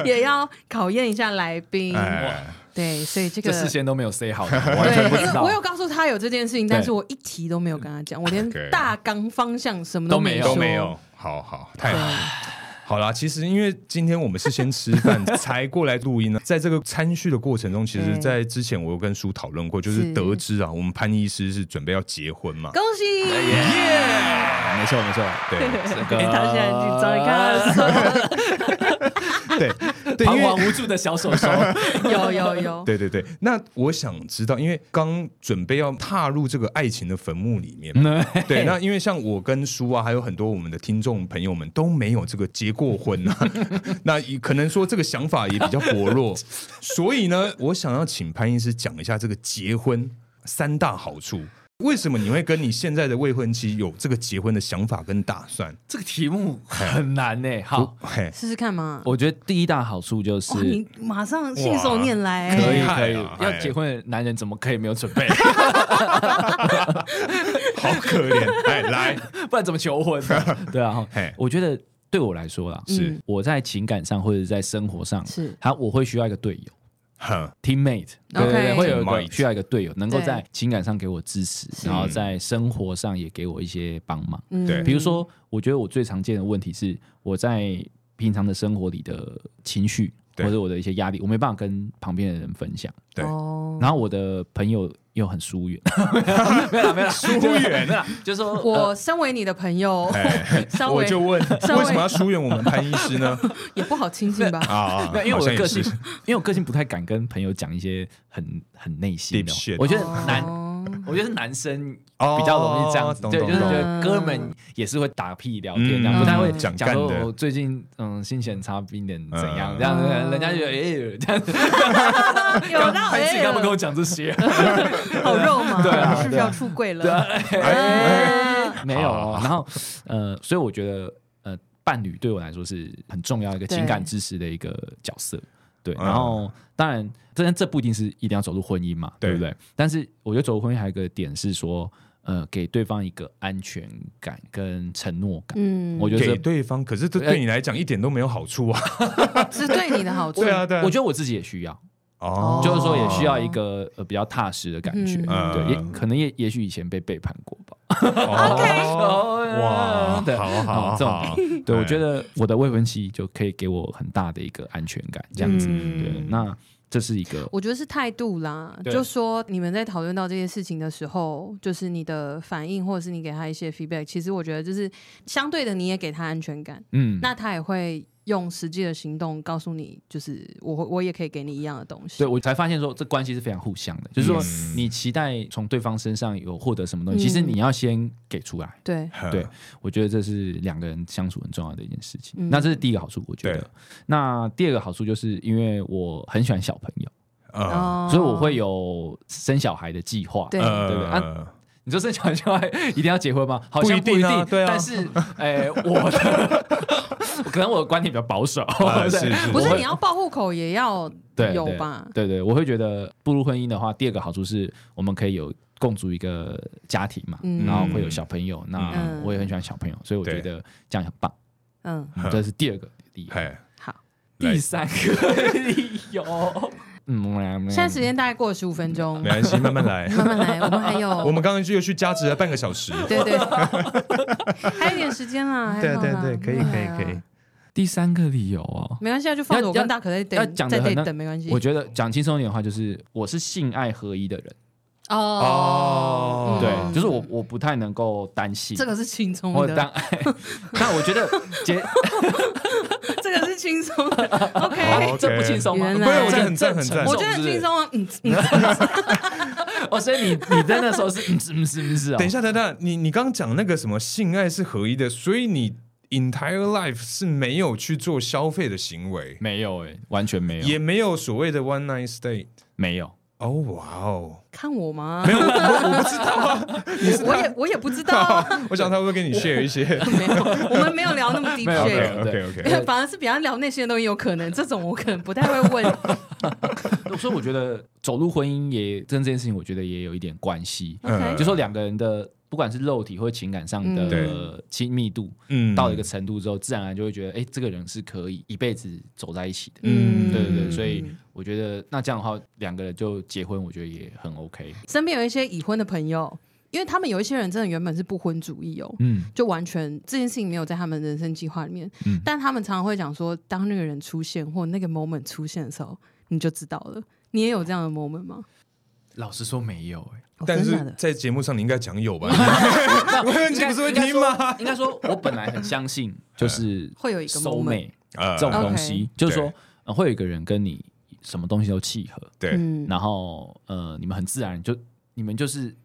S3: 也要考验一下来宾。
S1: 哎，
S3: 对，所以这
S5: 这
S3: 个
S5: 事先都没有 say 好，我完
S3: 对，
S5: 全
S3: 因
S5: 不知
S3: 为
S5: 道
S3: 我。有告诉他有这件事情，
S5: 对
S3: 但是我一题都没有跟他讲，我 连
S1: OK
S3: 大纲方向什么
S5: 都没
S3: 没
S5: 有
S1: 都
S3: 说
S1: 没。有，好好，太
S3: 对
S1: 好了。好啦，其实因为今天我们是先吃饭才过来录 音呢，在这个参叙的过程中，其实，
S3: 对
S1: 在之前我有跟叔讨论过，就是
S3: 是
S1: 得知啊，我们潘医师是准备要结婚 嘛，
S3: 恭喜！
S5: 没错没错，
S1: 对
S5: 这
S3: 哎他现在已经早
S5: 个
S3: 看了，
S1: 对对，
S5: 彷
S1: 因为
S5: 徨无助的小手手，
S3: 有有有，
S1: 对对对，那我想知道，因为刚准备要踏入这个爱情的坟墓里
S5: 嗯
S1: 面，对，那因为像我跟叔啊，还有很多我们的听众朋友们都没有这个结过婚啊， 那也可能说这个想法也比较薄弱，所以呢，我想要请潘医师讲一下这个结婚三大好处。为什么你会跟你现在的未婚妻有这个结婚的想法跟打算？哦
S5: 这个题目很难呢。好，
S1: 嘿，
S3: 试试看嘛。
S5: 我觉得第一大好处就是
S3: 哇，你马上信手拈来、
S1: 哇
S5: 可以
S1: 厉害
S5: 可以
S1: 啊，哎
S5: 要结婚的男人怎么可以没有准备？
S1: 好可怜，哎，来，
S5: 不然怎么求婚呢？对啊
S1: 嘿，
S5: 我觉得对我来说啦，
S1: 是
S3: 嗯
S5: 我在情感上或者在生活上，
S3: 是
S5: 他我会需要一个队友
S1: 哼，
S5: teammate，对
S3: OK
S5: 对对，会有一
S1: Teammate
S5: 个需要一个队友，能够
S3: 对
S5: 在情感上给我支持，然后在生活上也给我一些帮忙。
S3: 嗯
S1: 对
S5: 比如说，我觉得我最常见的问题是我在平常的生活里的情绪
S1: 对
S5: 或者我的一些压力，我没办法跟旁边的人分享，
S1: 对
S3: 哦，
S1: 嗯
S5: 然后我的朋友又很 疏远，没有啦没有啦，疏远
S1: 啊
S5: 啦，就是说
S3: 我身为你的朋友，
S1: 哎，
S3: 稍
S1: 我
S3: 微
S1: 就问，
S3: 稍微
S1: 为什么要疏远我们潘医师呢？
S3: 也不好亲近 吧？
S1: 啊
S5: 没有，因为我的个性，
S1: 好像也是
S5: 因为我个性不太敢跟朋友讲一些很很内心的
S1: Deep shit。
S5: 我觉得男，
S3: 哦，
S5: 我觉得是男生
S1: 哦
S5: 比较容易这样子，
S1: 懂
S5: 对，
S1: 懂
S5: 就是
S1: 懂
S5: 觉得哥们也是会打屁聊天，
S1: 嗯
S5: 这样不太会
S1: 嗯
S5: 讲
S1: 讲干
S5: 说
S1: 的
S5: 我最近嗯心情很差，病人怎样
S1: 嗯
S5: 这样子
S3: 嗯，
S5: 人家就觉得哎这样子，
S3: 有到
S5: 还是
S3: 哎
S5: 他们跟我讲这些，
S3: 好肉麻，
S5: 对啊
S3: 是不是
S5: 对啊
S3: 要出柜了？
S5: 对啊
S1: 哎
S3: 哎
S5: 没有
S1: 好好
S5: 哦。然后呃，所以我觉得呃，伴侣对我来说是很重要一个
S3: 对
S5: 情感支持的一个角色。对，
S1: 嗯
S5: 然后当然，这这不一定是一定要走入婚姻嘛，
S1: 对
S5: 对不对？但是我觉得走入婚姻还有一个点是说，呃，给对方一个安全感跟承诺感。
S3: 嗯，
S5: 我觉得
S1: 给
S5: 这，
S1: 对方，可是这
S5: 哎
S1: 对你来讲一点都没有好处啊。
S3: 是对你的好处。
S1: 对啊，对啊，
S5: 我觉得我自己也需要，
S1: 哦
S5: 就是说也需要一个呃比较踏实的感觉。
S1: 嗯
S5: 对，也可能也也许以前被背叛过吧。
S1: 哦
S5: 哦对
S1: 哇，好好
S5: 好这种
S1: 好，
S5: 对，我觉得我的未婚妻就可以给我很大的一个安全感，这样子。
S3: 嗯
S5: 对，那这是一个，
S3: 我觉得是态度啦，
S5: 对
S3: 就说你们在讨论到这些事情的时候，就是你的反应，或者是你给他一些 feedback，其实我觉得就是相对的，你也给他安全感，
S5: 嗯，
S3: 那他也会用实际的行动告诉你，就是我会我也可以给你一样的东西
S5: 对。我才发现说这关系是非常互相的，就是说
S1: 嗯
S5: 你期待从对方身上有获得什么东西，
S3: 嗯
S5: 其实你要先给出来。
S3: 对，
S1: 哼
S5: 对，我觉得这是两个人相处很重要的一件事情。
S3: 嗯
S5: 那这是第一个好处，我觉
S1: 对
S5: 得。那第二个好处就是因为我很喜欢小朋友，
S1: 呃
S3: 哦
S5: 所以我会有生小孩的计划。
S3: 对
S5: 对对啊
S1: 呃，
S5: 你说生小孩就要一定要结婚吗？好像
S1: 不
S5: 不
S1: 一
S5: 一
S1: 定
S5: 定，
S1: 啊对啊
S5: 但是，哎、我的可能我的 观点比较保守，
S1: 啊
S5: 对
S1: 是是
S5: 我
S3: 不是
S5: 会
S3: 你要报户口也要
S5: 对
S3: 有
S5: 对
S3: 吧？
S5: 对对，我会觉得步入婚姻的话，第二个好处是我们可以有共组一个家庭嘛，
S3: 嗯
S5: 然后会有小朋友。那
S3: 嗯
S5: 我也很喜欢小朋友，所以我觉得这样很棒。
S3: 嗯，
S5: 嗯这是第二个理由。
S1: 嘿，
S3: 好，
S1: 来
S5: 第三个理由，嗯，
S3: 现在时间大概过了十五分钟
S1: 没，关系，慢慢 来。
S2: 慢慢来，我们还
S5: 哦
S2: 有
S1: 我们刚刚就又去加值了半个小时。
S2: 对对，
S3: 还有一点时间啦，还好啦对啊
S5: 第三个理由哦，
S3: 没关系啊，就放着我
S5: 要
S3: 跟大可在
S5: 要
S3: 等，
S5: 讲得
S3: 在
S5: 很
S3: 等
S5: 那
S3: 等没关系。
S5: 我觉得讲轻松一点的话，就是我是性爱合一的人，
S1: 哦
S3: 哦，
S5: 对，就是我我不太能够单性，
S3: 这个是轻松
S5: 我当
S3: 的，
S5: 爱，那我觉得结
S3: 这个是轻松的 ，OK。
S1: 好
S5: 哎这不轻松吗？
S3: 原
S1: 不
S3: 来
S1: 是，我觉得很
S5: 这
S1: 赞，很赞
S5: 这。
S3: 我觉得很轻松啊，嗯，嗯
S5: 哦，所以你你在那时候是嗯是嗯是嗯是哦，
S1: 等一下，等一下，你你刚刚讲那个什么性爱是合一的，所以你 entire life 是没有去做消费的行为，
S5: 没有哎、完全没有，
S1: 也没有所谓的 one night stay。
S5: 没有。
S1: 哦，哇哦，
S3: 看我吗？
S1: 没有，我我不知道啊。 你是
S3: 我也
S1: 他，
S3: 我也不知道啊，
S1: 我想他会不会跟你 share 一些
S3: 没有，我们没有 聊那么 deep
S5: 没有
S3: shit，
S1: ？OK
S5: 对
S1: OK，
S3: 反而是比较聊内心的东西有可能，这种我可能不太会问。
S5: 所以我觉得走入婚姻也跟这件事情，我觉得也有一点关系。
S1: 嗯
S5: 就说两个人的不管是肉体或情感上
S3: 嗯
S5: 的
S1: 对
S5: 亲密度，
S1: 嗯
S5: 到一个程度之后，自然而然就会觉得，哎，这个人是可以一辈子走在一起的。
S1: 嗯
S5: 对对对，所以
S3: 嗯
S5: 我觉得那这样的话，两个人就结婚，我觉得也很 OK。
S3: 身边有一些已婚的朋友，因为他们有一些人真的原本是不婚主义哦，
S5: 嗯，
S3: 就完全这件事情没有在他们人生计划里面。
S5: 嗯
S3: 但他们常常会讲说，当那个人出现或那个 moment 出现的时候，你就知道了。你也有这样的 moment 吗？
S5: 老实说没有哎、
S3: 哦
S1: 但
S3: 真的
S1: 是
S3: 假的
S1: 在节目上你应该讲有 吧？我问你不是会
S5: 应该
S1: 听吗？
S5: 应该说，我本来很相信， 就是
S3: 会有一个
S5: soul
S3: moment
S5: mate
S1: 啊
S5: 这种东西，就是说、呃会有一个人跟你什么东西都契合，
S1: 对，
S3: 嗯，
S5: 然后呃，你们很自然就你们就是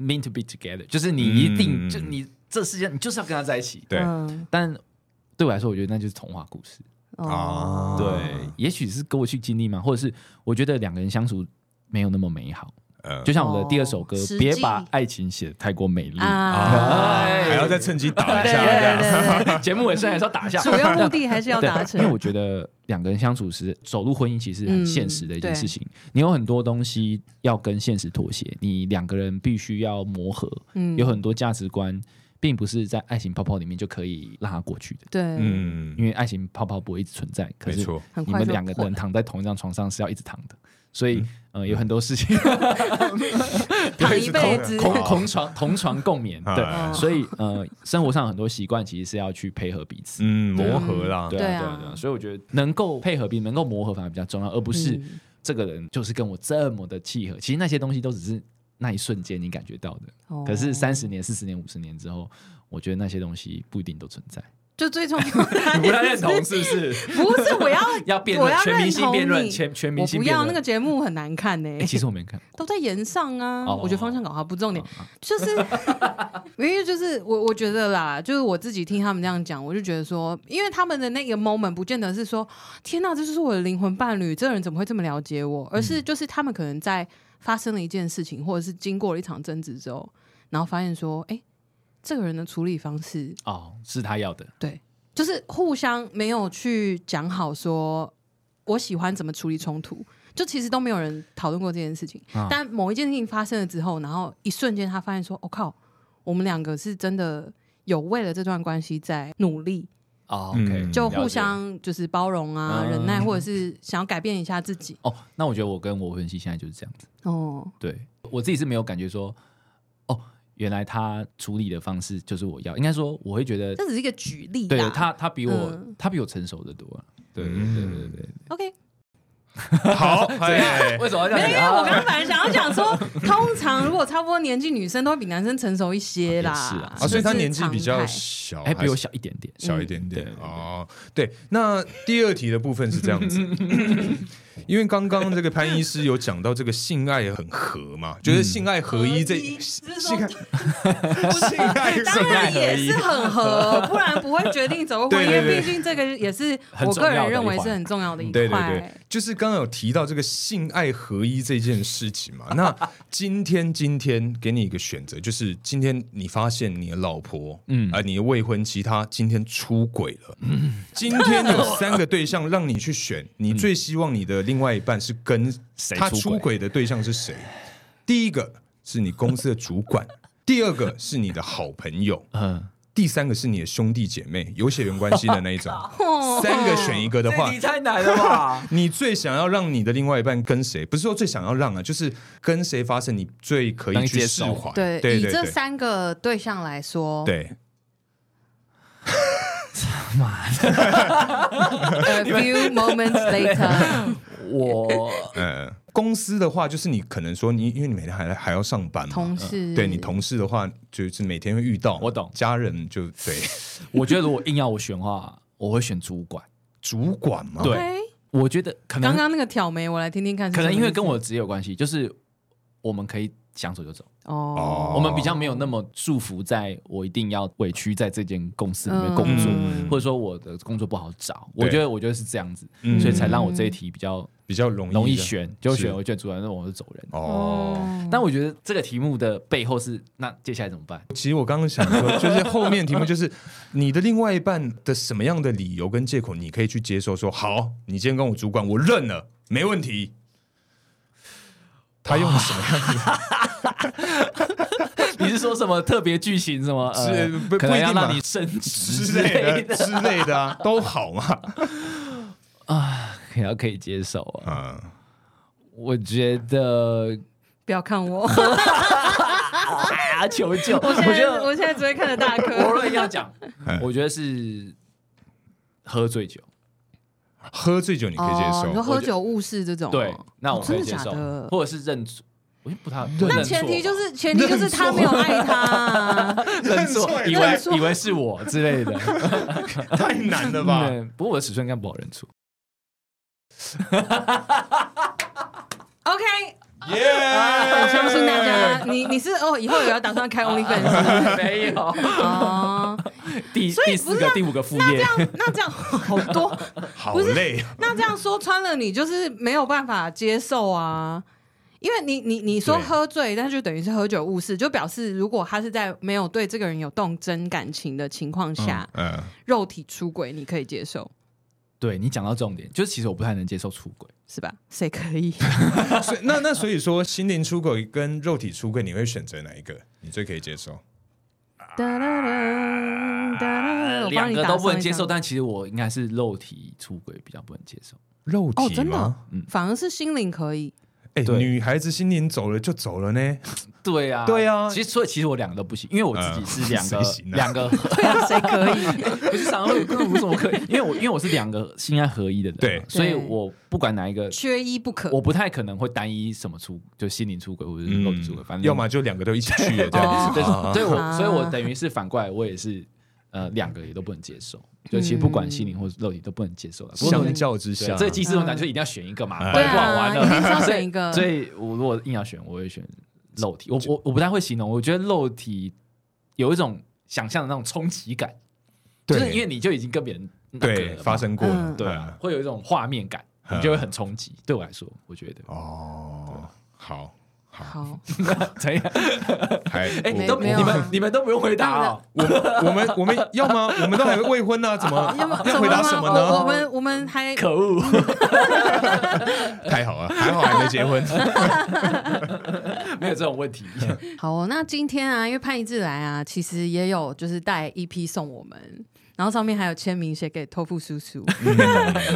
S5: meant to be together，就是你一定、
S1: 嗯
S5: 就你这世界你就是要跟他在一起。
S1: 对
S3: 嗯
S5: 但对我来说，我觉得那就是童话故事。
S1: 啊
S5: 对，
S1: 哦
S5: 也许是跟我去经历嘛，或者是我觉得两个人相处没有那么美好。
S1: 呃
S5: 就像我的第二首歌，
S3: 哦实际
S5: 别把爱情写得太过美丽。
S3: 啊，
S1: 啊，还要再趁机打一
S3: 对
S1: 下这样。
S3: 对对对，
S5: 节目尾声还是要打一下，
S3: 主要目的还是要达成
S5: 对因为。我觉得两个人相处时，走入婚姻其实很现实的一件事
S3: 嗯
S5: 情。你有很多东西要跟现实妥协，你两个人必须要磨合，
S3: 嗯
S5: 有很多价值观，并不是在爱情泡泡里面就可以拉它过去的。
S3: 对，
S1: 嗯
S5: 因，为爱情泡泡不会一直存在，可
S1: 没
S5: 是
S1: 错，
S3: 很
S5: 你
S3: 快
S5: 们
S3: 就
S5: 两个
S3: 破
S5: 人
S3: 了
S5: 躺在同一张床上是要一直躺的，所以呃有很多事情
S3: 躺
S1: 对
S3: 一
S1: 是
S3: 辈
S1: 同
S3: 子啊
S5: 同同床同床共眠，
S1: 哎
S5: 对，所以呃生活上很多习惯其实是要去配合彼此，
S1: 嗯，磨合啦，
S5: 对
S3: 对啊
S5: 啊，对啊，对啊，所以我觉得能够配合并能够磨合反而比较重要，而不是
S3: 嗯
S5: 这个人就是跟我这么的契合。其实那些东西都只是那一瞬间你感觉到的，
S3: 哦
S5: 可是三十年、四十年、五十年之后，我觉得那些东西不一定都存在。
S3: 就最重要的还是
S5: 是不是？
S3: 不是我 要
S5: 要辩
S3: 我
S5: 论
S3: 要
S5: 全明星
S3: 认同
S5: 辩论，
S3: 你
S5: 全全明
S3: 我
S5: 星
S3: 不
S5: 辩
S3: 要那
S5: 论。
S3: 个节目很难看呢、
S5: 哎，其实我 没看过。
S3: 都在延上啊。
S5: 哦
S3: 我觉得方向搞它不重点，
S5: 哦
S3: 就是因为就是我我觉得啦，就是我自己听他们这样讲，我就觉得说，因为他们的那个 moment 不见得是说天呐，这就是我的灵魂伴侣，这个人怎么会这么了解我？而是就是他们可能在发生了一件事情，或者是经过了一场争执之后，然后发现说，哎、这个人的处理方式
S5: 哦，是他要的。
S3: 对，就是互相没有去讲好说我喜欢怎么处理冲突，就其实都没有人讨论过这件事情。
S5: 啊
S3: 但某一件事情发生了之后，然后一瞬间他发现说：“我、靠，我们两个是真的有为了这段关系在努力，
S5: 哦
S1: 嗯
S5: ，OK，
S3: 就
S5: 了解
S3: 互相就是包容啊、
S5: 嗯
S3: 忍耐，或者是想要改变一下自己。
S5: 哦。那我觉得我跟我分析现在就是这样子。”
S3: 哦，
S5: 对我自己是没有感觉说，哦，原来他处理的方式就是我要，应该说我会觉得，
S3: 这只是一个举例啦。
S5: 对他他比我、
S3: 嗯
S5: 他比我成熟的多啊。对对
S1: 嗯
S5: 对对对，
S3: OK，
S1: 好，哎
S5: 为什么要这
S3: 没有，因为我
S5: 样
S3: 刚刚本来想要讲说， 通常如果差不多年纪，女生都会比男生成熟一些啦。
S5: 也是啊
S1: 啊，所以他
S3: 这是
S1: 年纪比
S3: 常
S1: 较
S3: 态
S1: 小，还
S5: 哎，比
S1: 是
S5: 我小一点点。
S1: 小一点点、
S5: 嗯对对对
S1: 哦。对，那第二题的部分是这 样子，因为刚刚这个潘医师有讲到这个性爱很合嘛，觉得性爱合一这、
S3: 是
S1: 性
S3: 说
S1: 爱性爱
S3: 当
S1: 合
S3: 然也是很合，不然不会决定走入婚
S1: 对对
S3: 姻。
S1: 对
S3: 毕竟这个也是我个人认为是很重要的一
S1: 对对
S3: 块
S1: 对。，就是刚刚有提到这个性爱合一这件事情 嘛。那今天今天给你一个选择，就是今天你发现你的老婆，嗯
S5: 嗯嗯
S1: 啊、你的未婚妻她今天出轨了，今天有三个对象让你去选，你最希望你的另外一半是跟
S5: 谁
S1: 他
S5: 出轨
S1: 出轨的对象是谁？第一个是你公司的主 管，第二个是你的好朋友，
S5: 嗯，
S1: 第三个是你的兄弟姐妹，有血缘关系的那一 种。
S5: 哦
S1: 三个选一个的话
S5: 这题，太难 了吧？
S1: 你最想要让你的另外一半跟谁？不是说最想要让啊，就是跟谁发生你最可以
S5: 能
S1: 去
S5: 接
S1: 释
S5: 受
S1: 怀。
S2: 对，
S1: 对
S2: 以
S1: 对
S2: 这
S1: 对
S2: 三个对象来说，
S1: 对，
S2: ，a few moments later，
S5: 我
S1: 呃，公司的话就是你可能说你因为你每天还还要上班嘛，
S2: 同事，
S1: 对你同事的话就是每天会遇到嘛，
S5: 我懂
S1: 家人就对
S5: 我觉得如果硬要我选的话，我会选主管。
S1: 主管嘛，
S5: 对
S3: OK，
S5: 我觉得可能
S3: 刚刚那个挑眉，我来听听看是
S5: 可
S3: 什么意思。
S5: 能因为跟我的职业有关系，就是我们可以想走就走，
S1: 哦
S3: 哦，
S5: 我们比较没有那么束缚，在我一定要委屈在这间公司里面
S3: 嗯
S5: 工作，
S1: 嗯
S5: 或者说我的工作不好找。
S1: 对
S5: 我觉得我觉得是这样子，
S1: 嗯
S5: 所以才让我这一题比较
S1: 比较容易
S5: 容易
S1: 的
S5: 选，就选
S1: 嗯是
S5: 我卷主管，那我就走人。
S1: 哦。
S5: 但我觉得这个题目的背后是，那接下来怎么办？
S1: 其实我刚刚想说，就是后面题目就是你的另外一半的什么样的理由跟借口，你可以去接受说好，你今天跟我主管，我认了，没问题。他用什么样
S5: 你是说什么特别剧情什么？呃
S1: 是不
S5: 可能
S1: 不一
S5: 要
S1: 定嘛
S5: 让你升职
S1: 之
S5: 之类
S1: 类
S5: 的
S1: 的之类的啊，都好嘛。
S5: 啊，可能可以接受
S1: 嗯，
S5: 啊。我觉得
S3: 不要看我，
S5: 啊，求救！我
S3: 我现
S5: 觉
S3: 在
S5: 得
S3: 我现在只会看着大
S5: 我
S3: 哥。
S5: 论要 讲，我觉得是喝醉酒。
S1: 喝醉酒你可以接
S2: 哦，你说
S1: 受，
S2: 喝酒误事这
S3: 哦
S2: 种，
S5: 对，那我可以
S2: 真的
S5: 接
S2: 假
S5: 受
S2: 的，
S5: 或者是认错。我就不太
S3: 那
S5: 认
S3: 前提
S5: 错
S3: 就
S5: 吧
S3: 是前提就是他啊没有爱他，
S5: 认错，以为
S3: 认错
S5: 以为是我之类的，
S1: 太难了 吧？
S5: 嗯不过我的尺寸应该不好认错。
S3: OK，
S1: 耶！
S3: 我相信大家， 你你是哦，以后有要 打算开 OnlyFans 吗
S5: 没有，
S3: 哦，
S5: 第
S3: 所以
S5: 第
S3: 不
S5: 四
S3: 是啊
S5: 个、第五个副
S3: 那这
S5: 业，
S3: 样 那这样好多，
S1: 好
S3: 不是
S1: 累，啊
S3: 那这样说穿了，你就是没有办法接受啊。因为你你你说
S1: 对
S3: 喝醉，但就等于是喝酒误事，就表示如果他是在没有对这个人有动真感情的情况下，
S1: 嗯，
S3: 肉体出轨你可以接受，
S5: 对你讲到重点，就是其实我不太能接受出轨。
S3: 是吧？谁可 以？
S1: 所以那那所以说，心灵出轨跟肉体出轨，你会选择哪一个？你最可以接受？
S3: 哒啦啦哒啦我帮
S5: 两
S3: 你
S5: 个
S3: 打
S5: 都不
S3: 上
S5: 能
S3: 一
S5: 接受，
S3: 张
S5: 但其实我应该是肉体出轨比较不能接受。
S1: 肉
S3: 哦，真的
S1: 吗？，嗯
S3: 反而是心灵可以。
S1: 哎、
S5: 对
S1: 女孩子心灵走了就走了呢。
S5: 对啊，
S1: 对啊
S5: 其实所以其实我两个都不行，因为我自己是 两个
S1: 嗯谁行啊
S5: 两个
S3: 对啊，谁可以？
S5: 不是常会不是我可以，因为我因为我是两个心爱合一的人
S1: 对
S5: 嘛，所以我不管哪一个，
S3: 缺一不可。
S5: 我不太可能会单一什么出，就心灵出轨或者是肉体出轨，反正
S1: 嗯要么就两个都一起去了，这
S3: 哦
S1: 样 子。
S5: 对，
S1: 啊
S5: 所以我
S3: 啊
S5: 所以我等于是反过来，我也是呃两个也都不能接受，就其实不管心灵或肉体都不能接受了。不过
S1: 相较之
S5: 对
S1: 下，
S5: 啊这个机制我感觉一定要选一个嘛，
S1: 嗯
S5: 不
S3: 嗯对
S5: 然不好
S3: 啊，
S5: 玩
S3: 一定是
S5: 了。
S3: 要选一个。
S5: 所以，我如果硬要选，我会选肉体。我我我不太会形容，我觉得肉体有一种想象的那种冲击感，就
S1: 对
S5: 是因为你就已经跟别人那个
S1: 对
S5: 了嘛
S1: 发生过了，
S3: 嗯
S5: 对啊，会有一种画面感，
S1: 嗯
S5: 你就会很冲击。对我来说，我觉得
S1: 嗯哦，好，
S3: 好，
S1: 哦
S5: 怎样？
S1: 还
S5: 哎，
S1: 我
S5: 都
S2: 没有啊
S5: 你们你们都不用回答哦。
S1: 我们我们我们要吗？我们都还未婚呢、怎 么啊要回答什么
S3: 我我
S1: 呢？
S3: 们我们还
S5: 可恶！
S1: 太好了，还好还没结婚。
S5: 没有这 种问题。
S2: 好哦、那今天啊，因为潘一智来啊，其实也有就是带一批送我们，
S3: 然后上面还有签名写给托付叔 叔。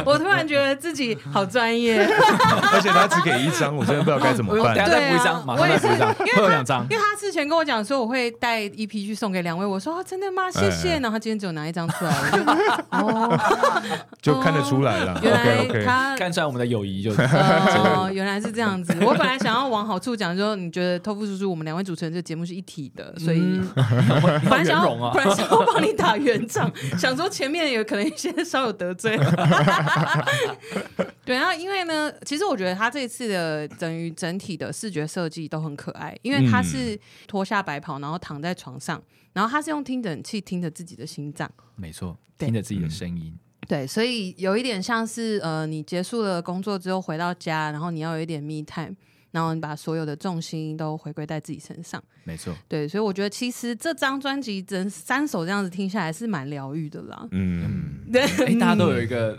S3: 我突然觉得自己好专业，
S1: 而且他只给一张，我真的不知道该怎么
S5: 我等
S1: 办
S5: 一下。再补一
S3: 对啊
S5: 张，马上再补一张，会有两张
S3: 因为。他之前跟我讲说我会带一批去送给两位，我说、啊、真的吗？谢
S1: 哎
S3: 谢。
S1: 哎
S3: 然后他今天只有拿一张出来，我就 哦，
S1: 就看得出来了。
S3: 原
S1: OK
S3: 来
S1: OK，
S3: 他。
S5: 看出来我们的友谊 就是
S3: 哦，原来是这样子。我本来想要往好处讲，说你觉得托付叔叔，我们两位主持人这节目是一体的，所以
S1: 嗯
S5: 很
S3: 本来想
S5: 嗯圆
S3: 要，
S5: 融啊
S3: 本。来想要帮你打圆场，想说前面有可能一些稍有得罪。对，然后因为呢，其实我觉得他这一次的等于整体的视觉设计都很可爱，因为他
S5: 嗯
S3: 是脱下白袍，然后躺在床上，然后他是用听诊器听着自己的心脏，
S5: 没错，
S3: 对
S1: 嗯
S5: 听着自己的声音，
S3: 对，所以有一点像是呃，你结束了工作之后回到家，然后你要有一点 me time，然后你把所有的重心都回归在自己身上。
S5: 没错，
S3: 对，所以我觉得其实这张专辑整三首这样子听下来是蛮疗愈的啦。嗯
S1: 嗯，
S3: 对，
S5: 哎，大家都有一个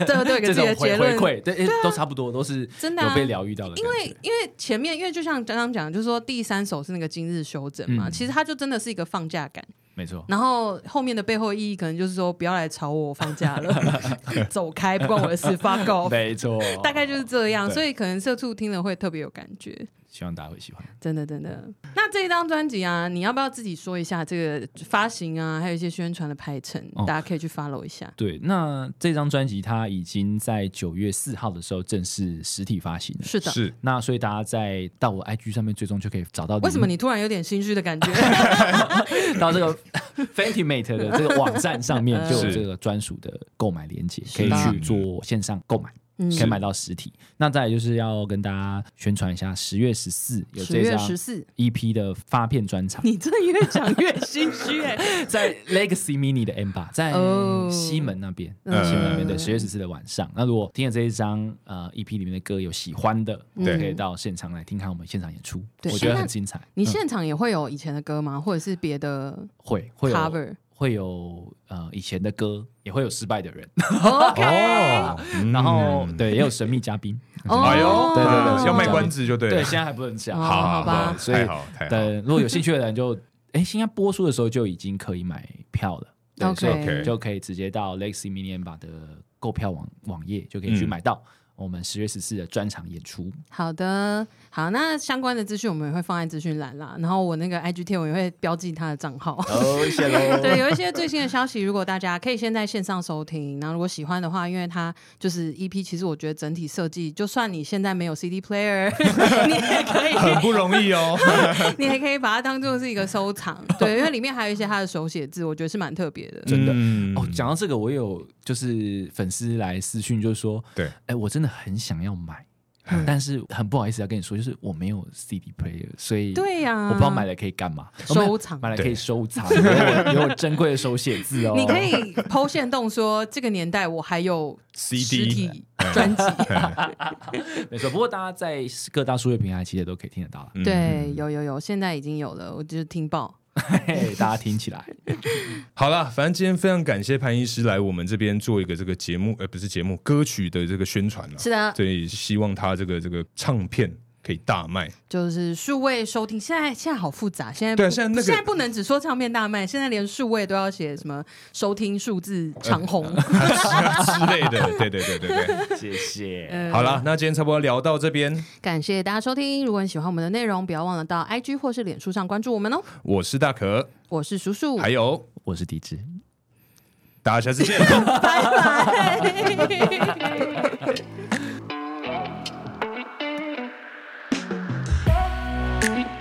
S3: 这都有一个
S5: 这
S3: 自己
S5: 种
S3: 的
S5: 回
S3: 结
S5: 回
S3: 论。啊
S5: 馈，对，哎都差不多，都是
S3: 真的啊
S5: 有被疗愈到的感
S3: 因
S5: 觉，
S3: 为因为前面，因为就像刚刚讲的，就是说第三首是那个今日修整嘛，
S5: 嗯
S3: 其实它就真的是一个放假感。
S5: 没错，
S3: 然后后面的背后意义可能就是说，不要来吵我，我放假 了， 走开，不关我的事，fuck off。
S5: 没错，
S3: 大概就是这样，
S5: 对
S3: 所以可能社畜听了会特别有感觉，
S5: 希望大家会喜欢。
S3: 真的真的。那这一张专辑啊，你要不要自己说一下这个发行啊，还有一些宣传的排程，
S5: 哦
S3: 大家可以去 follow 一下。
S5: 对，那这张专辑它已经在九月四号的时候正式实体发行了。
S3: 是的，
S1: 是
S5: 那所以大家在到我 IG 上面最终就可以找到
S3: 为什么你突然有点心虚的感觉？
S5: 到这个 Fantimate 的这个网站上面就有
S1: 是
S5: 这个专属的购买链接，可
S3: 是
S5: 以
S3: 的
S5: 去做线上购买，
S3: 嗯
S5: 可以买到实体。那再来就是要跟大家宣传一下，十月十四 有
S3: 十
S5: 这
S3: 月
S5: 张
S3: 十四，
S5: EP 的发片专场，
S3: 你这越讲越心虚哎、
S5: 在 Legacy Mini 的 M 吧，在
S3: 哦
S5: 西门那边，
S3: 嗯
S5: 西门那边对，十月十四的晚上。那如果听了这一张呃 EP 里面的歌有喜欢的，我
S1: 对
S5: 可以到现场来听看我们现场演出，
S3: 嗯对
S5: 我觉得
S3: 哎那
S5: 很精彩。
S3: 你
S5: 嗯
S3: 现场也会有以前的歌吗？或者是别的
S5: 会会有
S3: cover？
S5: 会有呃以前的歌，也会有失败的人，
S1: 嗯哦，嗯
S5: 然后对也有神秘嘉宾，
S3: 哦
S1: 哎呦，
S5: 对对对
S1: 要卖
S5: 这样
S1: 关子 就对了
S5: 对，现，在还不能讲
S3: 哦，
S1: 好
S3: 好吧
S1: 好
S5: 所以呃
S1: 太好太好
S5: 对，如果有兴趣的人就哎，应该播出的时候就已经可以买票了，对
S3: OK
S5: 所以
S1: OK
S5: 就可以直接到 Lexi Mini M 吧的购票网网页就可以去
S1: 嗯
S5: 买到我们十月十四的专场演出。
S3: 好的，好，那相关的资讯我们也会放在资讯栏啦。然后我那个 IG 贴文也会标记他的账号。
S5: 哦，谢 喽。
S3: 对，有一些最新的消息，如果大家可以先在线上收听，然后如果喜欢的话，因为它就是 EP，其实我觉得整体设计，就算你现在没有 CD player，你 也可以
S1: 很不容易哦。
S3: 你还可以把它当做是一个收藏，对，因为里面还有一些他的手写字，我觉得是蛮特别的。
S5: 真的
S1: 嗯
S5: 哦，讲到这个，我有就是粉丝来私讯，就是说，
S1: 对，嗯
S5: 哎，我真的很想要买，但是很不好意思要跟你说，就是我没有 CD player，所以
S3: 对呀、
S5: 我不知道买了可以干嘛，
S3: 收
S5: 哦没有
S3: 藏
S5: 买了可以收藏，有我 有我珍贵的手写字哦，
S3: 你可以剖线洞说，这个年代我还有实
S1: CD
S3: 体专辑，
S5: 没错。不过大家在各大数据平台其实也都可以听得到了，
S1: 嗯
S3: 对，有有有，现在已经有了，我就是听
S5: 啊
S3: 爆。
S5: 嘿大家听起来
S1: 好啦，反正今天非常感谢潘医师来我们这边做一个这个节目，呃，不是节目，歌曲的这个宣传了。
S3: 是的，
S1: 所以希望他这个这个唱片可以大 卖。
S3: 就是数位收听，现在现在好复杂，现在
S1: 对啊
S3: 不
S1: 现在那个
S3: 现在不能只说唱片大卖，现在连数位都要写什么收听数字
S5: 嗯
S3: 长虹。
S1: 之类的，对对对对 对。
S5: 谢谢。
S1: 好啦，那今天差不多聊到这边，
S3: 感谢大家收听，如果你喜欢我们的内容，不要忘了到 IG 或是脸书上关注我们哦。
S1: 我是大可，
S3: 我是叔叔，
S1: 还有
S5: 我是迪志。
S1: 大家下次见。
S6: Thank